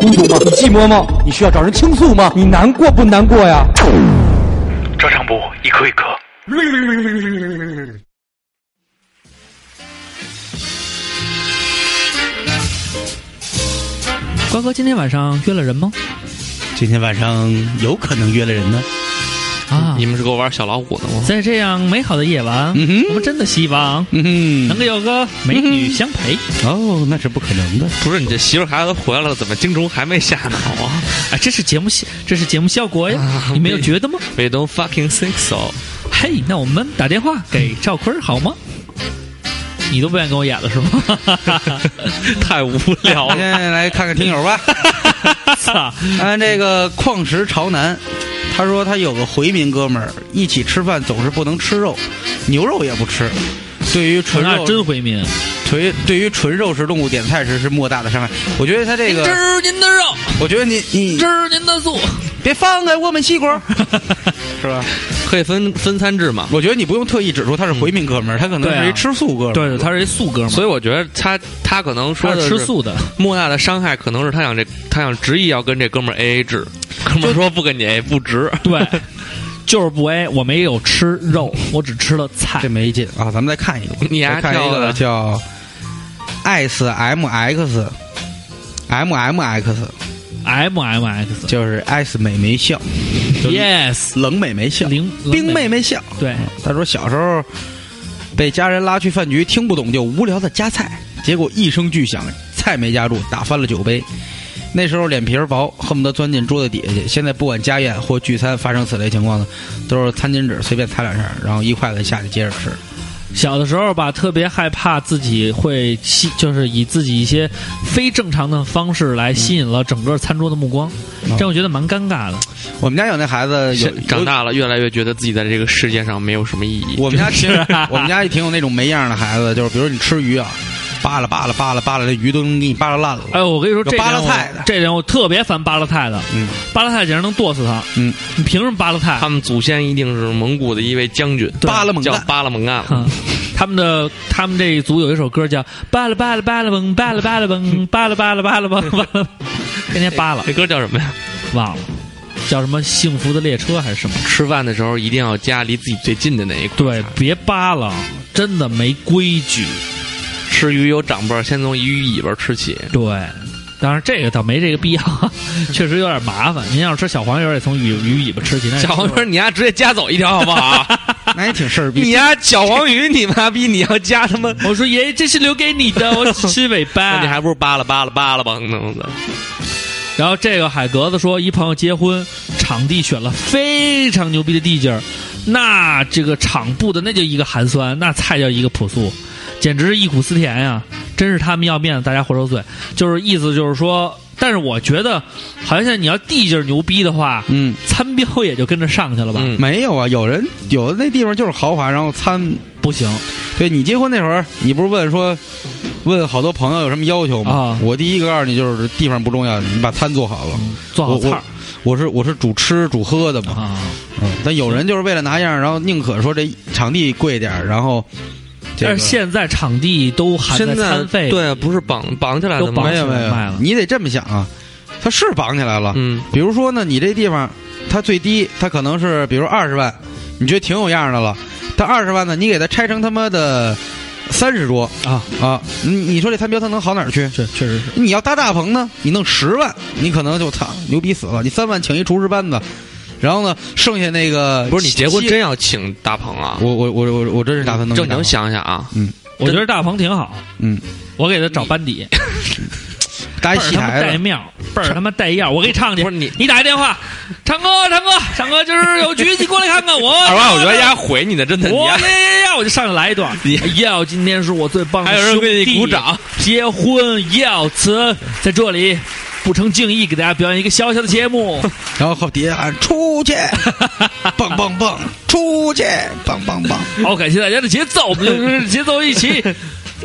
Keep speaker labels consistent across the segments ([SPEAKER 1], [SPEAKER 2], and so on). [SPEAKER 1] 你孤独吗？你寂寞吗？你需要找人倾诉吗？你难过不难过呀？
[SPEAKER 2] 照常补，一颗一颗。
[SPEAKER 3] 瓜哥今天晚上约了人吗？
[SPEAKER 4] 今天晚上有可能约了人呢。
[SPEAKER 3] 啊
[SPEAKER 5] 你，们是给我玩小老虎呢吗？
[SPEAKER 3] 在这样美好的夜晚，
[SPEAKER 4] 嗯哼
[SPEAKER 3] 我们真的希望
[SPEAKER 4] 嗯
[SPEAKER 3] 能够有个美女相陪。
[SPEAKER 4] 哼，哦，那是不可能的。
[SPEAKER 5] 不是，你这媳妇孩子回来了，怎么精虫还没下脑啊
[SPEAKER 3] 啊，这是节目效，这是节目效果呀，
[SPEAKER 5] 啊
[SPEAKER 3] 你没有觉得吗？
[SPEAKER 5] ？We don't fucking think so。
[SPEAKER 3] 嘿，那我们打电话给赵坤儿好吗？你都不愿意跟我演了是吗？
[SPEAKER 5] 太无聊
[SPEAKER 4] 好，现
[SPEAKER 5] 了。
[SPEAKER 4] 在来看看听友吧。
[SPEAKER 3] 操
[SPEAKER 4] 啊，这个矿石潮南，他说他有个回民哥们儿，一起吃饭总是不能吃肉，牛肉也不吃。对于 纯
[SPEAKER 3] 那
[SPEAKER 4] 肉，
[SPEAKER 3] 真回民。
[SPEAKER 4] 纯对于纯肉食动物点菜时是莫大的伤害。我觉得他这
[SPEAKER 3] 这
[SPEAKER 4] 个，
[SPEAKER 3] 是您的肉，
[SPEAKER 4] 我觉得你你
[SPEAKER 3] 这是您的醋。
[SPEAKER 4] 别放开我们西瓜， 是吧？
[SPEAKER 5] 可以分分餐制嘛？
[SPEAKER 4] 我觉得你不用特意指出他是回民哥们儿，他可能
[SPEAKER 3] 对啊
[SPEAKER 4] 是一吃素哥们儿。
[SPEAKER 3] 对对，他是一素哥们儿，
[SPEAKER 5] 所以我觉得他他可能说
[SPEAKER 3] 他
[SPEAKER 5] 的
[SPEAKER 3] 是
[SPEAKER 5] 是
[SPEAKER 3] 吃素的。
[SPEAKER 5] 莫大的伤害可能是他想这，他想执意要跟这哥们儿 A A 制，哥们儿说不跟你 A 不值。
[SPEAKER 3] 对，就是不 A，我没有吃肉，我只吃了菜
[SPEAKER 4] 这。没劲啊！咱们再看一个，
[SPEAKER 5] 你
[SPEAKER 4] 再
[SPEAKER 5] 丫
[SPEAKER 4] 看一
[SPEAKER 5] 跳
[SPEAKER 4] 个
[SPEAKER 5] 的
[SPEAKER 4] 叫 S M X M M X，
[SPEAKER 3] M M X
[SPEAKER 4] 就是 S 美眉笑，
[SPEAKER 3] Yes，
[SPEAKER 4] 冷美眉笑，
[SPEAKER 3] 零
[SPEAKER 4] 冰妹妹笑。
[SPEAKER 3] 对，
[SPEAKER 4] 他说小时候被家人拉去饭局，听不懂就无聊的夹菜，结果一声巨响，菜没夹住，打翻了酒杯。那时候脸皮儿薄，恨不得钻进桌子底下去。现在不管家宴或聚餐发生此类情况呢，都是餐巾纸随便擦两下，然后一筷子下去接着吃。
[SPEAKER 3] 小的时候吧，特别害怕自己会吸，就是以自己一些非正常的方式
[SPEAKER 4] 嗯
[SPEAKER 3] 来吸引了整个餐桌的目光，
[SPEAKER 4] 哦
[SPEAKER 3] 这样我觉得蛮尴尬的。
[SPEAKER 4] 我们家有那孩子有
[SPEAKER 5] 现长，大了，越来越觉得自己在这个世界上没有什么意义
[SPEAKER 4] 有。我们家其
[SPEAKER 3] 真
[SPEAKER 4] 实
[SPEAKER 3] 是啊
[SPEAKER 4] 我们家也挺有那种没样儿的孩子，就是比如你吃鱼啊，扒拉扒拉扒拉扒拉，那鱼都能给你扒拉烂了。
[SPEAKER 3] 哎呦，我跟你说，
[SPEAKER 4] 有
[SPEAKER 3] 这
[SPEAKER 4] 扒拉
[SPEAKER 3] 点我
[SPEAKER 4] 菜的
[SPEAKER 3] 这点我特别烦扒拉菜的，
[SPEAKER 4] 嗯，
[SPEAKER 3] 扒拉菜简直能剁死他。
[SPEAKER 4] 嗯，
[SPEAKER 3] 你凭什么扒拉菜啊
[SPEAKER 5] 他？们祖先一定是蒙古的一位将军，
[SPEAKER 4] 对巴勒蒙干
[SPEAKER 5] 叫 巴勒蒙干。
[SPEAKER 3] 啊，他们的他们这一组有一首歌叫“巴拉巴拉巴拉蹦，巴拉巴拉 蹦，巴拉巴拉巴拉蹦巴拉”，天天扒拉
[SPEAKER 5] 这歌叫什么呀？
[SPEAKER 3] 忘了，叫什么“幸福的列车”还是什么？
[SPEAKER 5] 吃饭的时候一定要夹离自己最近的那一口。
[SPEAKER 3] 对，别扒拉，真的没规矩。
[SPEAKER 5] 吃鱼有长辈儿，先从鱼尾巴吃起。
[SPEAKER 3] 对，当然这个倒没这个必要， 确实有点麻烦。您要是吃小黄鱼儿，也从鱼鱼尾巴吃起。那也
[SPEAKER 5] 小黄
[SPEAKER 3] 是
[SPEAKER 5] 鱼，你丫直接夹走一条好不 好？
[SPEAKER 4] 那也挺事儿逼。
[SPEAKER 5] 你丫小黄鱼，你妈逼，你要夹他妈，
[SPEAKER 3] 我说爷爷，这是留给你的，我只吃尾
[SPEAKER 5] 那
[SPEAKER 3] 巴。
[SPEAKER 5] 你还不如扒拉扒拉扒拉帮呢？
[SPEAKER 3] 然后这个海格子说，一朋友结婚，场地选了非常牛逼的地界儿，那这个场布的那就一个寒酸，那菜叫一个朴素，简直是忆苦思甜呀、真是他们要面子，大家活受罪。就是意思就是说，但是我觉得，好像你要地界儿牛逼的话，
[SPEAKER 4] 嗯，
[SPEAKER 3] 餐标也就跟着上去了吧？
[SPEAKER 5] 嗯
[SPEAKER 4] 没有啊，有人有的那地方就是豪华，然后餐
[SPEAKER 3] 不行，
[SPEAKER 4] 对你结婚那会儿，你不是问说，问好多朋友有什么要求吗？
[SPEAKER 3] 啊
[SPEAKER 4] 我第一个告诉你就是地方不重要，你把餐做好了。
[SPEAKER 3] 做好
[SPEAKER 4] 我
[SPEAKER 3] 菜
[SPEAKER 4] 我
[SPEAKER 3] 儿
[SPEAKER 4] 我是我是主吃主喝的嘛，
[SPEAKER 3] 啊。
[SPEAKER 4] 嗯但有人就是为了拿样儿，然后宁可说这场地贵点儿，然后这
[SPEAKER 3] 但
[SPEAKER 4] 个
[SPEAKER 3] 是现在场地都含
[SPEAKER 5] 现在
[SPEAKER 3] 餐费，
[SPEAKER 5] 对，不是绑绑起来
[SPEAKER 3] 都
[SPEAKER 5] 的
[SPEAKER 3] 绑
[SPEAKER 5] 吗
[SPEAKER 4] 没？有没有
[SPEAKER 3] 卖了，
[SPEAKER 4] 你得这么想啊，它是绑起来了。
[SPEAKER 5] 嗯，
[SPEAKER 4] 比如说呢，你这地方它最低，它可能是比如二十万，你觉得挺有样儿的了，但二十万呢，你给它拆成他妈的三十桌
[SPEAKER 3] 啊
[SPEAKER 4] 啊，你你说这餐标它能好哪儿去？
[SPEAKER 3] 确确实是
[SPEAKER 4] 你要搭大棚呢，你弄十万，你可能就操牛逼死了。你三万请一厨师班子，然后呢，剩下那个
[SPEAKER 5] 不是你结婚
[SPEAKER 4] 七
[SPEAKER 5] 真要请大鹏啊？
[SPEAKER 4] 我我我我我真是打算弄
[SPEAKER 5] 正
[SPEAKER 4] 一大
[SPEAKER 5] 经
[SPEAKER 4] 棚，
[SPEAKER 5] 想想 啊，
[SPEAKER 3] 我觉得大鹏挺好，
[SPEAKER 4] 嗯，
[SPEAKER 3] 我给他找班底，
[SPEAKER 4] 搭
[SPEAKER 3] 倍
[SPEAKER 5] 哎
[SPEAKER 4] 一
[SPEAKER 3] 儿
[SPEAKER 4] 戏
[SPEAKER 3] 他妈带
[SPEAKER 4] 台子，
[SPEAKER 3] 面儿，倍儿他妈带样儿。我给你唱去，
[SPEAKER 5] 不是你
[SPEAKER 3] 你打一电话，唱歌，唱歌，唱歌，今儿有局，你过来看看我。
[SPEAKER 5] 二娃，我觉得丫毁你的，真的，你啊
[SPEAKER 3] 我
[SPEAKER 5] 丫
[SPEAKER 3] 呀呀呀！我就上去来一 段。要今天是我最棒的
[SPEAKER 5] 还有人给你鼓
[SPEAKER 3] 兄弟
[SPEAKER 5] 掌。
[SPEAKER 3] 结婚要词，在这里不成敬意，给大家表演一个小小的节目。
[SPEAKER 4] 然后后底下喊出 去，蹦蹦蹦，出去，蹦蹦蹦。
[SPEAKER 3] 好，感谢大家的节奏，我们就是节奏一起。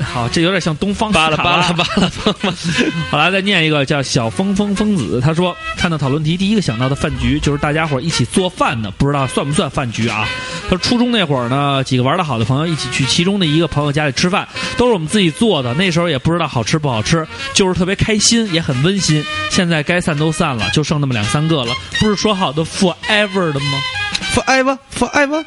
[SPEAKER 3] 好，这有点像东方
[SPEAKER 5] 巴
[SPEAKER 3] 斯
[SPEAKER 5] 拉
[SPEAKER 3] 卡
[SPEAKER 5] 巴拉巴拉巴拉，
[SPEAKER 3] 好来再念一个叫小峰峰峰子，他说看到讨论题第一个想到的饭局就是大家伙儿一起做饭的，不知道算不算饭局啊？他说初中那会儿呢，几个玩的好的朋友一起去其中的一个朋友家里吃饭，都是我们自己做的，那时候也不知道好吃不好吃，就是特别开心，也很温馨。现在该散都散了，就剩那么两三个了，不是说好的 forever 的吗
[SPEAKER 4] forever forever，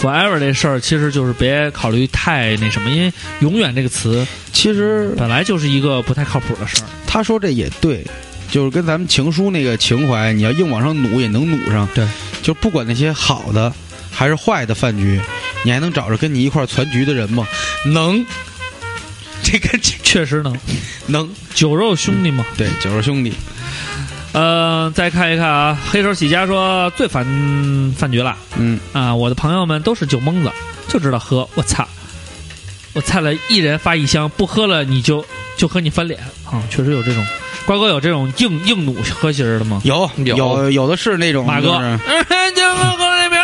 [SPEAKER 3] ？forever 这事儿其实就是别考虑太那什么，因为永远这个词
[SPEAKER 4] 其实
[SPEAKER 3] 本来就是一个不太靠谱的事儿。
[SPEAKER 4] 他说这也对，就是跟咱们情书那个情怀，你要硬往上努也能努上。
[SPEAKER 3] 对，
[SPEAKER 4] 就不管那些好的还是坏的饭局，你还能找着跟你一块儿攒局的人吗？能，这个
[SPEAKER 3] 确实能，
[SPEAKER 4] 能。
[SPEAKER 3] 酒肉兄弟嘛。
[SPEAKER 4] 对，九儿兄弟，
[SPEAKER 3] 呃，再看一看啊，黑手起家说最烦饭局了
[SPEAKER 4] 嗯，
[SPEAKER 3] 啊！我的朋友们都是酒蒙子，就知道喝，我操！我菜了，一人发一箱，不喝了你就就和你翻脸啊！确实有这种，瓜哥有这种硬硬弩喝型儿的吗？
[SPEAKER 4] 有
[SPEAKER 5] 有
[SPEAKER 4] 有有的是那种
[SPEAKER 3] 马哥，
[SPEAKER 4] 就是
[SPEAKER 3] 嗯就喝哥那边，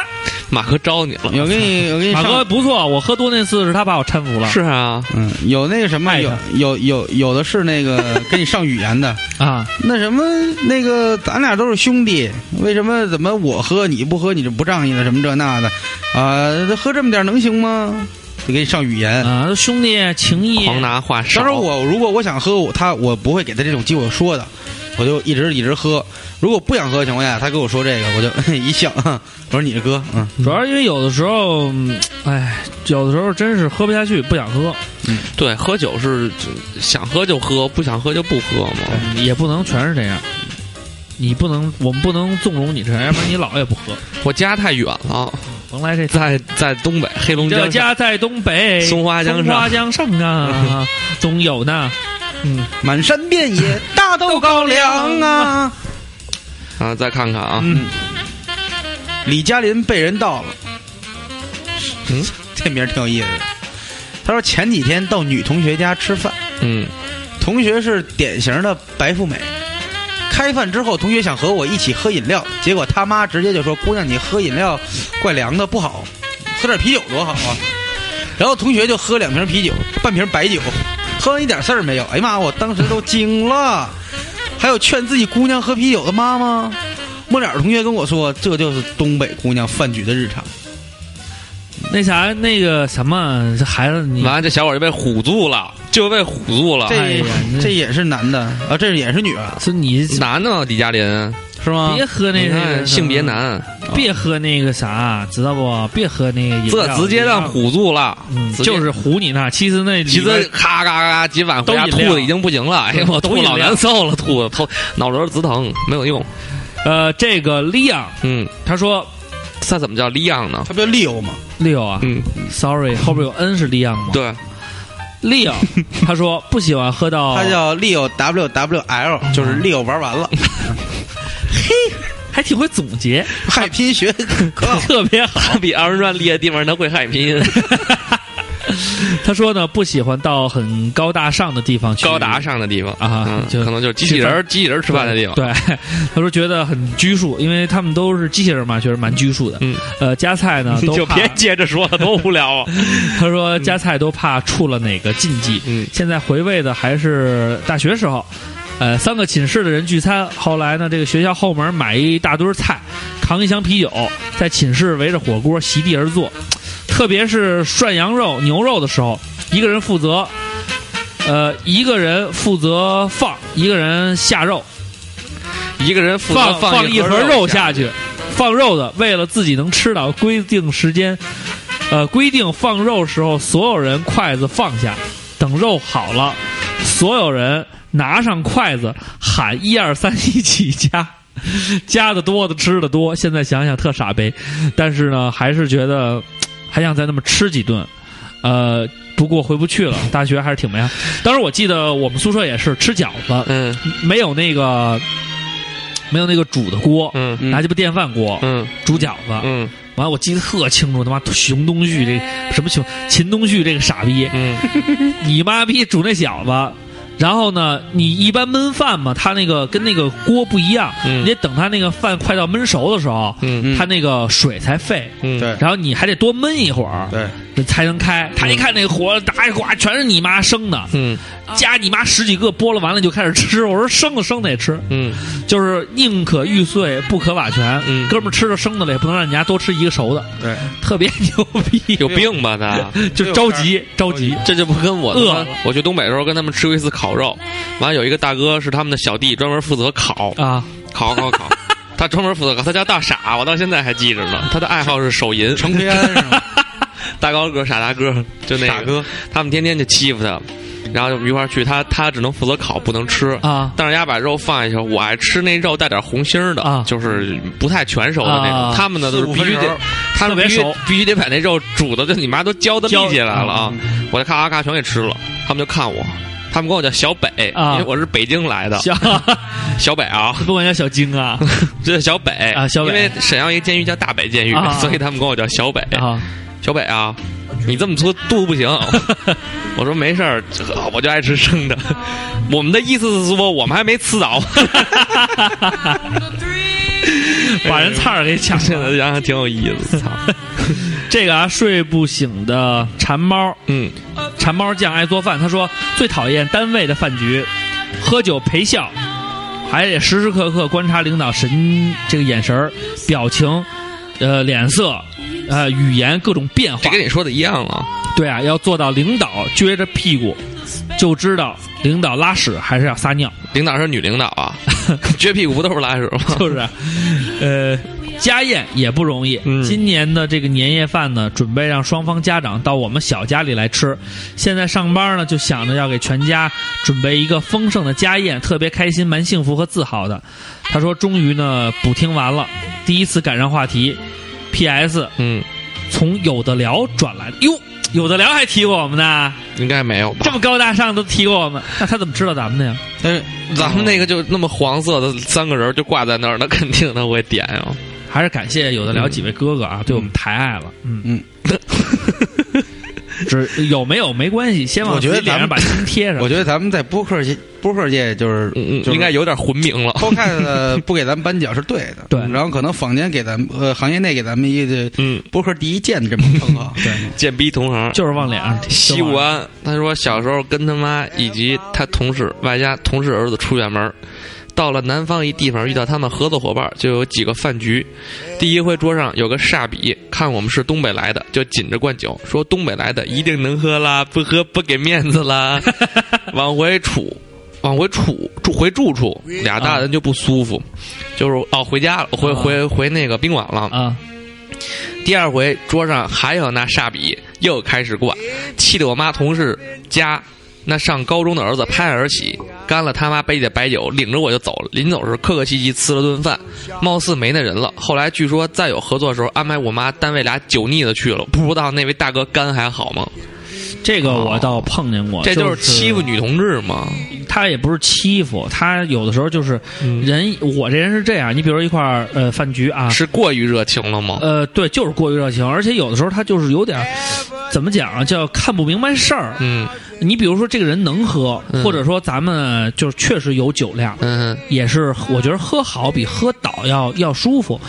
[SPEAKER 5] 马哥招你了，
[SPEAKER 4] 有给你，有给你
[SPEAKER 3] 马
[SPEAKER 4] 上
[SPEAKER 3] 哥不错，我喝多那次是他把我搀扶了
[SPEAKER 5] 是啊，
[SPEAKER 4] 嗯，有那个什么，
[SPEAKER 3] 艾
[SPEAKER 4] 有
[SPEAKER 3] 特
[SPEAKER 4] 有有有的是那个 给你上语言的，
[SPEAKER 3] 啊，
[SPEAKER 4] 那什么那个咱俩都是兄弟，为什么怎么我喝你不喝你就不仗义了什么这那的啊、喝这么点能行吗？就给你上语言。
[SPEAKER 3] 啊，兄弟情谊，
[SPEAKER 5] 嗯狂拿话
[SPEAKER 4] 当
[SPEAKER 5] 少
[SPEAKER 4] 时，我如果我想喝我他，我不会给他这种机会说的，我就一直一直喝。如果不想喝的情况下，他跟我说这个，我就 一笑，我说你是哥，嗯，
[SPEAKER 3] 主要是因为有的时候，嗯哎，有的时候真是喝不下去，不想喝，
[SPEAKER 5] 对，喝酒是想喝就喝，不想喝就不喝嘛。
[SPEAKER 3] 嗯也不能全是这样，你不能，我们不能纵容你这 样，要不然你老也不喝。
[SPEAKER 5] 我家太远了，
[SPEAKER 3] 甭来这次，
[SPEAKER 5] 在在东北黑龙
[SPEAKER 3] 这
[SPEAKER 5] 江上
[SPEAKER 3] 家在东北，
[SPEAKER 5] 松花江上
[SPEAKER 3] 松花江上 啊，总有呢。嗯，
[SPEAKER 4] 满山遍野大豆高粱啊。
[SPEAKER 5] 啊，再看看啊，
[SPEAKER 4] 李嘉林被人盗了。
[SPEAKER 5] 嗯，
[SPEAKER 4] 这名儿挺有意思的。他说前几天到女同学家吃饭，
[SPEAKER 5] 嗯，
[SPEAKER 4] 同学是典型的白富美。开饭之后，同学想和我一起喝饮料，结果他妈直接就说：“姑娘，你喝饮料怪凉的，不好，喝点啤酒多好啊。”然后同学就喝两瓶啤酒，半瓶白酒，喝完一点事儿没有。哎呀妈，我当时都惊了。还有劝自己姑娘喝啤酒的妈妈。末了，同学跟我说，这就是东北姑娘饭局的日常。
[SPEAKER 3] 那啥，那个什么，这孩子你
[SPEAKER 5] 完了这小伙就被唬住了，就被唬住了。
[SPEAKER 3] 哎
[SPEAKER 4] 这
[SPEAKER 3] 呀你
[SPEAKER 4] 这也是男的啊，这也是女的，
[SPEAKER 3] 说你
[SPEAKER 5] 哎男的李嘉林，
[SPEAKER 4] 是吗
[SPEAKER 3] 别？喝那
[SPEAKER 5] 你看
[SPEAKER 3] 个
[SPEAKER 5] 性别，男，
[SPEAKER 3] 别喝那个啥，知道不？别喝那个饮料，
[SPEAKER 5] 这直接让唬住了
[SPEAKER 3] 嗯，，
[SPEAKER 5] 直接
[SPEAKER 3] 就是唬你呢。其实那里
[SPEAKER 5] 其
[SPEAKER 3] 边
[SPEAKER 5] 实咔嘎嘎几碗回家
[SPEAKER 3] 都饮
[SPEAKER 5] 吐
[SPEAKER 3] 料
[SPEAKER 5] 的已经不行了，哎呦我
[SPEAKER 3] 都
[SPEAKER 5] 吐
[SPEAKER 3] 饮料
[SPEAKER 5] 老难受了，吐的头脑仁儿直疼，没有用。
[SPEAKER 3] 呃，这个 Leon
[SPEAKER 5] 嗯，
[SPEAKER 3] 他说
[SPEAKER 5] 他怎么叫 Leon 呢？
[SPEAKER 4] 他不叫利欧吗？
[SPEAKER 3] Leo 啊
[SPEAKER 5] 嗯，
[SPEAKER 3] ，sorry，后边有 N 是 Leon 吗？
[SPEAKER 5] 对，
[SPEAKER 3] Leo，他 说不喜欢喝
[SPEAKER 5] 哦
[SPEAKER 3] 到，
[SPEAKER 4] 他叫利欧 W W L，就是
[SPEAKER 5] 嗯
[SPEAKER 4] 利欧玩完了，
[SPEAKER 3] 还挺会总结，
[SPEAKER 4] 嗨，拼学可
[SPEAKER 5] 嗯
[SPEAKER 4] 好
[SPEAKER 3] 特别好。
[SPEAKER 5] 他 比二人转厉害的地方，他会汉语拼音，
[SPEAKER 3] 他说呢，不喜欢到很高大上的地方去，
[SPEAKER 5] 高大上的地方
[SPEAKER 3] 啊
[SPEAKER 5] 嗯
[SPEAKER 3] 就
[SPEAKER 5] 可能就是机器人儿机器人儿吃饭的地方。
[SPEAKER 3] 对，对 他说觉得很拘束，因为他们都是机器人嘛，确实蛮拘束的。
[SPEAKER 5] 嗯，
[SPEAKER 3] 呃，夹菜 呢，
[SPEAKER 5] 你
[SPEAKER 3] 都
[SPEAKER 5] 就
[SPEAKER 3] 怕
[SPEAKER 5] 别接着说了，多无聊啊！
[SPEAKER 3] 他说夹菜都怕触了哪个禁忌。
[SPEAKER 5] 嗯
[SPEAKER 3] 现在回味的还是大学时候，呃，三个寝室的人聚餐，后来呢，这个学校后门买一大堆菜，扛一箱啤酒，在寝室围着火锅席地而坐，特别是涮羊肉、牛肉的时候，一个人负责，呃，一个人负责放，一个人下肉，
[SPEAKER 5] 一个人负责
[SPEAKER 3] 放放
[SPEAKER 5] 一
[SPEAKER 3] 盒
[SPEAKER 5] 肉
[SPEAKER 3] 下去，放肉的为了自己能吃到规定时间，呃，规定放肉时候，所有人筷子放下，等肉好了，所有人拿上筷子喊一二三一起夹。夹的多的吃的多，现在想想特傻呗，但是呢，还是觉得还想再那么吃几顿，呃，不过回不去了，大学还是挺美好。当时我记得我们宿舍也是吃饺子，
[SPEAKER 5] 嗯
[SPEAKER 3] 没有那个没有那个煮的锅，
[SPEAKER 5] 嗯
[SPEAKER 3] 拿鸡巴电饭锅、
[SPEAKER 5] 嗯
[SPEAKER 3] 煮饺子。
[SPEAKER 5] 嗯
[SPEAKER 3] 完了，我记得特清楚，他妈熊东旭这什么熊秦东旭这个傻逼，
[SPEAKER 5] 嗯，
[SPEAKER 3] 你妈逼煮那饺子，然后呢，你一般焖饭嘛，它那个跟那个锅不一样，
[SPEAKER 5] 嗯
[SPEAKER 3] 你得等它那个饭快到焖熟的时候，
[SPEAKER 5] 嗯
[SPEAKER 3] 它那个水才沸，
[SPEAKER 5] 嗯，
[SPEAKER 4] 对
[SPEAKER 3] 然后你还得多焖一会儿，
[SPEAKER 4] 对，
[SPEAKER 3] 这才能开。他一看那火，打一呱，全是你妈生的，
[SPEAKER 5] 嗯
[SPEAKER 3] 加你妈十几个，剥了完了就开始吃。我说生的生的也吃，
[SPEAKER 5] 嗯
[SPEAKER 3] 就是宁可玉碎不可瓦全。
[SPEAKER 5] 嗯
[SPEAKER 3] 哥们儿吃了生的了，也不能让你家多吃一个熟的，
[SPEAKER 4] 对，
[SPEAKER 3] 特别牛逼，
[SPEAKER 5] 有病吧他？
[SPEAKER 3] 就着急着急。
[SPEAKER 5] 这就不跟我
[SPEAKER 3] 饿了
[SPEAKER 5] 我去东北的时候跟他们吃过一次烤肉，完了有一个大哥是他们的小弟，专门负责烤
[SPEAKER 3] 啊，
[SPEAKER 5] 烤烤 烤，他专门负责烤，他叫大傻，我到现在还记着呢。他的爱好是手淫，
[SPEAKER 4] 程奎安是吗？
[SPEAKER 5] 大高个傻大哥，就那个
[SPEAKER 4] 傻哥，
[SPEAKER 5] 他们天天就欺负他，然后就一块儿去，他他只能负责烤，不能吃
[SPEAKER 3] 啊
[SPEAKER 5] 但是丫把肉放下去，我爱吃那肉带点红心儿的
[SPEAKER 3] 啊
[SPEAKER 5] 就是不太全熟的那种。
[SPEAKER 3] 啊
[SPEAKER 5] 他们呢都是
[SPEAKER 4] 四五
[SPEAKER 5] 必须
[SPEAKER 4] 分熟
[SPEAKER 5] 得，他们必须
[SPEAKER 3] 特别熟
[SPEAKER 5] 必须得把那肉煮的，就你妈都焦的
[SPEAKER 3] 焦
[SPEAKER 5] 立起来了
[SPEAKER 3] 嗯
[SPEAKER 5] 啊！我就咔咔咔全给吃了，他们就看我。他们管我叫小北，
[SPEAKER 3] 啊
[SPEAKER 5] 因为我是北京来的。
[SPEAKER 3] 小，
[SPEAKER 5] 小北啊，
[SPEAKER 3] 不管叫小晶啊
[SPEAKER 5] 这叫小北
[SPEAKER 3] 啊小北
[SPEAKER 5] 因为沈阳一监狱叫大北监狱，
[SPEAKER 3] 啊
[SPEAKER 5] 所以他们管我叫小北。
[SPEAKER 3] 啊，
[SPEAKER 5] 小北啊，你这么粗肚子不 行。我说没事儿，这个我就爱吃生的。我们的意思是说，我们还没吃着，
[SPEAKER 3] 把人菜儿给 抢
[SPEAKER 5] 现
[SPEAKER 3] 了。
[SPEAKER 5] 在想想挺有意思。操，
[SPEAKER 3] 这个啊，睡不醒的馋猫，
[SPEAKER 5] 嗯，
[SPEAKER 3] 馋猫酱爱做饭，他说最讨厌单位的饭局，喝酒陪笑，还得时时刻刻观察领导神这个眼神儿、表情、呃脸色、呃语言各种变化
[SPEAKER 5] 这。跟你说的一样啊。
[SPEAKER 3] 对啊，要做到领导撅着屁股就知道领导拉屎还是要撒尿，
[SPEAKER 5] 领导是女领导啊，撅屁股不都是拉屎吗？
[SPEAKER 3] 就是呃。家宴也不容易，
[SPEAKER 5] 嗯
[SPEAKER 3] 今年的这个年夜饭呢，准备让双方家长到我们小家里来吃。现在上班呢，就想着要给全家准备一个丰盛的家宴，特别开心，蛮幸福和自豪的。他说：“终于呢，补听完了，第一次赶上话题。P.S.
[SPEAKER 5] 嗯，
[SPEAKER 3] 从有的聊转来的，哟，有的聊还提过我们呢，
[SPEAKER 5] 应该没有
[SPEAKER 3] 这
[SPEAKER 5] 吧？
[SPEAKER 3] 么高大上都提过我们，那他怎么知道咱们的呀？
[SPEAKER 4] 但是
[SPEAKER 5] 咱们那个就那么黄色的三个人就挂在那儿，那肯定他会点啊。
[SPEAKER 3] 还是感谢有的聊几位哥哥啊，对我们抬爱了。嗯
[SPEAKER 4] 嗯，
[SPEAKER 3] 只有没有没关系，先往
[SPEAKER 4] 我觉
[SPEAKER 3] 自
[SPEAKER 4] 得
[SPEAKER 3] 己脸上
[SPEAKER 4] 咱们
[SPEAKER 3] 把心贴上。
[SPEAKER 4] 我觉得咱们在播客界，播客界就是
[SPEAKER 5] 啊嗯
[SPEAKER 4] 就是
[SPEAKER 5] 嗯，应该有点混名了。
[SPEAKER 4] Podcast 不给咱们颁奖是对的，
[SPEAKER 3] 对
[SPEAKER 4] 然后可能坊间给咱们呃行业内给咱们一个
[SPEAKER 5] 嗯，
[SPEAKER 4] 播客第一剑这么啊称 号，对，
[SPEAKER 5] 贱逼同行。
[SPEAKER 3] 就是往脸上贴。
[SPEAKER 5] 西武安，他说小时候跟他妈以及他同事外加同事儿子出远门儿，到了南方一地方遇到他们合作伙伴，就有几个饭局。第一回桌上有个煞比，看我们是东北来的，就紧着灌酒，说东北来的一定能喝啦，不喝不给面子啦，往回杵。往回杵住回住处，俩大人就不舒服，就是哦回家了，回回回那个宾馆了。
[SPEAKER 3] 啊，
[SPEAKER 5] 第二回桌上还有那煞笔，又开始灌，气得我妈同事家那上高中的儿子拍案而起，干了他妈杯里的白酒，领着我就走了。临走时客客气气吃了顿饭，貌似没那人了。后来据说再有合作的时候，安排我妈单位俩酒腻子去了，不知道那位大哥肝还好吗？
[SPEAKER 3] 这个
[SPEAKER 4] 哦
[SPEAKER 3] 我倒碰见过，
[SPEAKER 5] 这
[SPEAKER 3] 就
[SPEAKER 5] 就是欺负女同志吗？
[SPEAKER 3] 他也不是欺负，他有的时候就是人，我这人是这样，你比如说一块儿呃饭局啊，
[SPEAKER 5] 是过于热情了吗？
[SPEAKER 3] 呃对，就是过于热情，而且有的时候他就是有
[SPEAKER 4] 哎
[SPEAKER 3] 点儿怎么讲啊，叫看不明白事儿。
[SPEAKER 5] 嗯
[SPEAKER 3] 你比如说这个人能喝，
[SPEAKER 5] 嗯
[SPEAKER 3] 或者说咱们就是确实有酒量，
[SPEAKER 5] 嗯，
[SPEAKER 3] 也是我觉得喝好比喝倒要要舒服，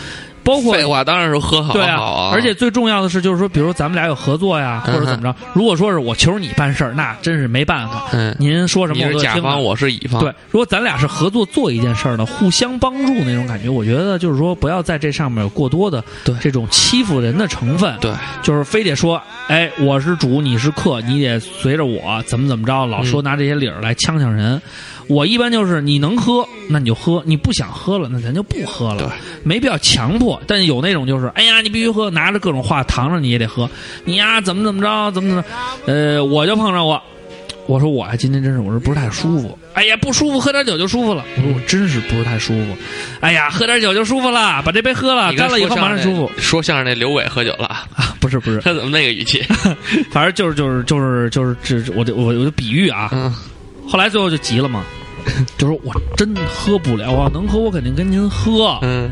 [SPEAKER 3] 包括
[SPEAKER 5] 废话，当然是喝好
[SPEAKER 3] 对
[SPEAKER 5] 好嗯啊，
[SPEAKER 3] 而且最重要的是，就是说，比如说咱们俩有合作呀，或者怎么着。如果说是我求你办事儿，那真是没办法。
[SPEAKER 5] 嗯
[SPEAKER 3] 您说什
[SPEAKER 5] 你
[SPEAKER 3] 么我
[SPEAKER 5] 是
[SPEAKER 3] 都得
[SPEAKER 5] 甲
[SPEAKER 3] 听的
[SPEAKER 5] 方，我是乙方，
[SPEAKER 3] 对，，如果咱俩是合作做一件事儿呢，互相帮助那种感觉，我觉得就是说，不要在这上面有过多的
[SPEAKER 5] 对
[SPEAKER 3] 这种欺负人的成分。
[SPEAKER 5] 对，
[SPEAKER 3] 就是非得说，哎，我是主，你是客，你得随着我怎么怎么着，老说拿这些理儿来呛呛人。我一般就是你能喝，那你就喝；你不想喝了，那咱就不喝了，没必要强迫。但是有那种就是，哎呀，你必须喝，拿着各种话搪着你也得喝，你呀怎么怎么着，怎么怎么，呃，我就碰上过。我说我呀，今天真是我说不是太舒服。哎呀，不舒服，喝点酒就舒服了。我
[SPEAKER 5] 嗯
[SPEAKER 3] 说我真是不是太舒服。哎呀，喝点酒就舒服了，把这杯喝了，
[SPEAKER 5] 你跟
[SPEAKER 3] 干了以后
[SPEAKER 5] 说
[SPEAKER 3] 马
[SPEAKER 5] 相
[SPEAKER 3] 上
[SPEAKER 5] 声
[SPEAKER 3] 舒服
[SPEAKER 5] 那。说相声那刘伟喝酒了 啊，
[SPEAKER 3] 啊，不是不是，
[SPEAKER 5] 他怎么那个语气？
[SPEAKER 3] 反正就是就是就是就是这这我就我我就比喻啊，
[SPEAKER 5] 嗯，
[SPEAKER 3] 后来最后就急了 嘛，就说我真喝不了啊，能喝我肯定跟您喝。
[SPEAKER 5] 嗯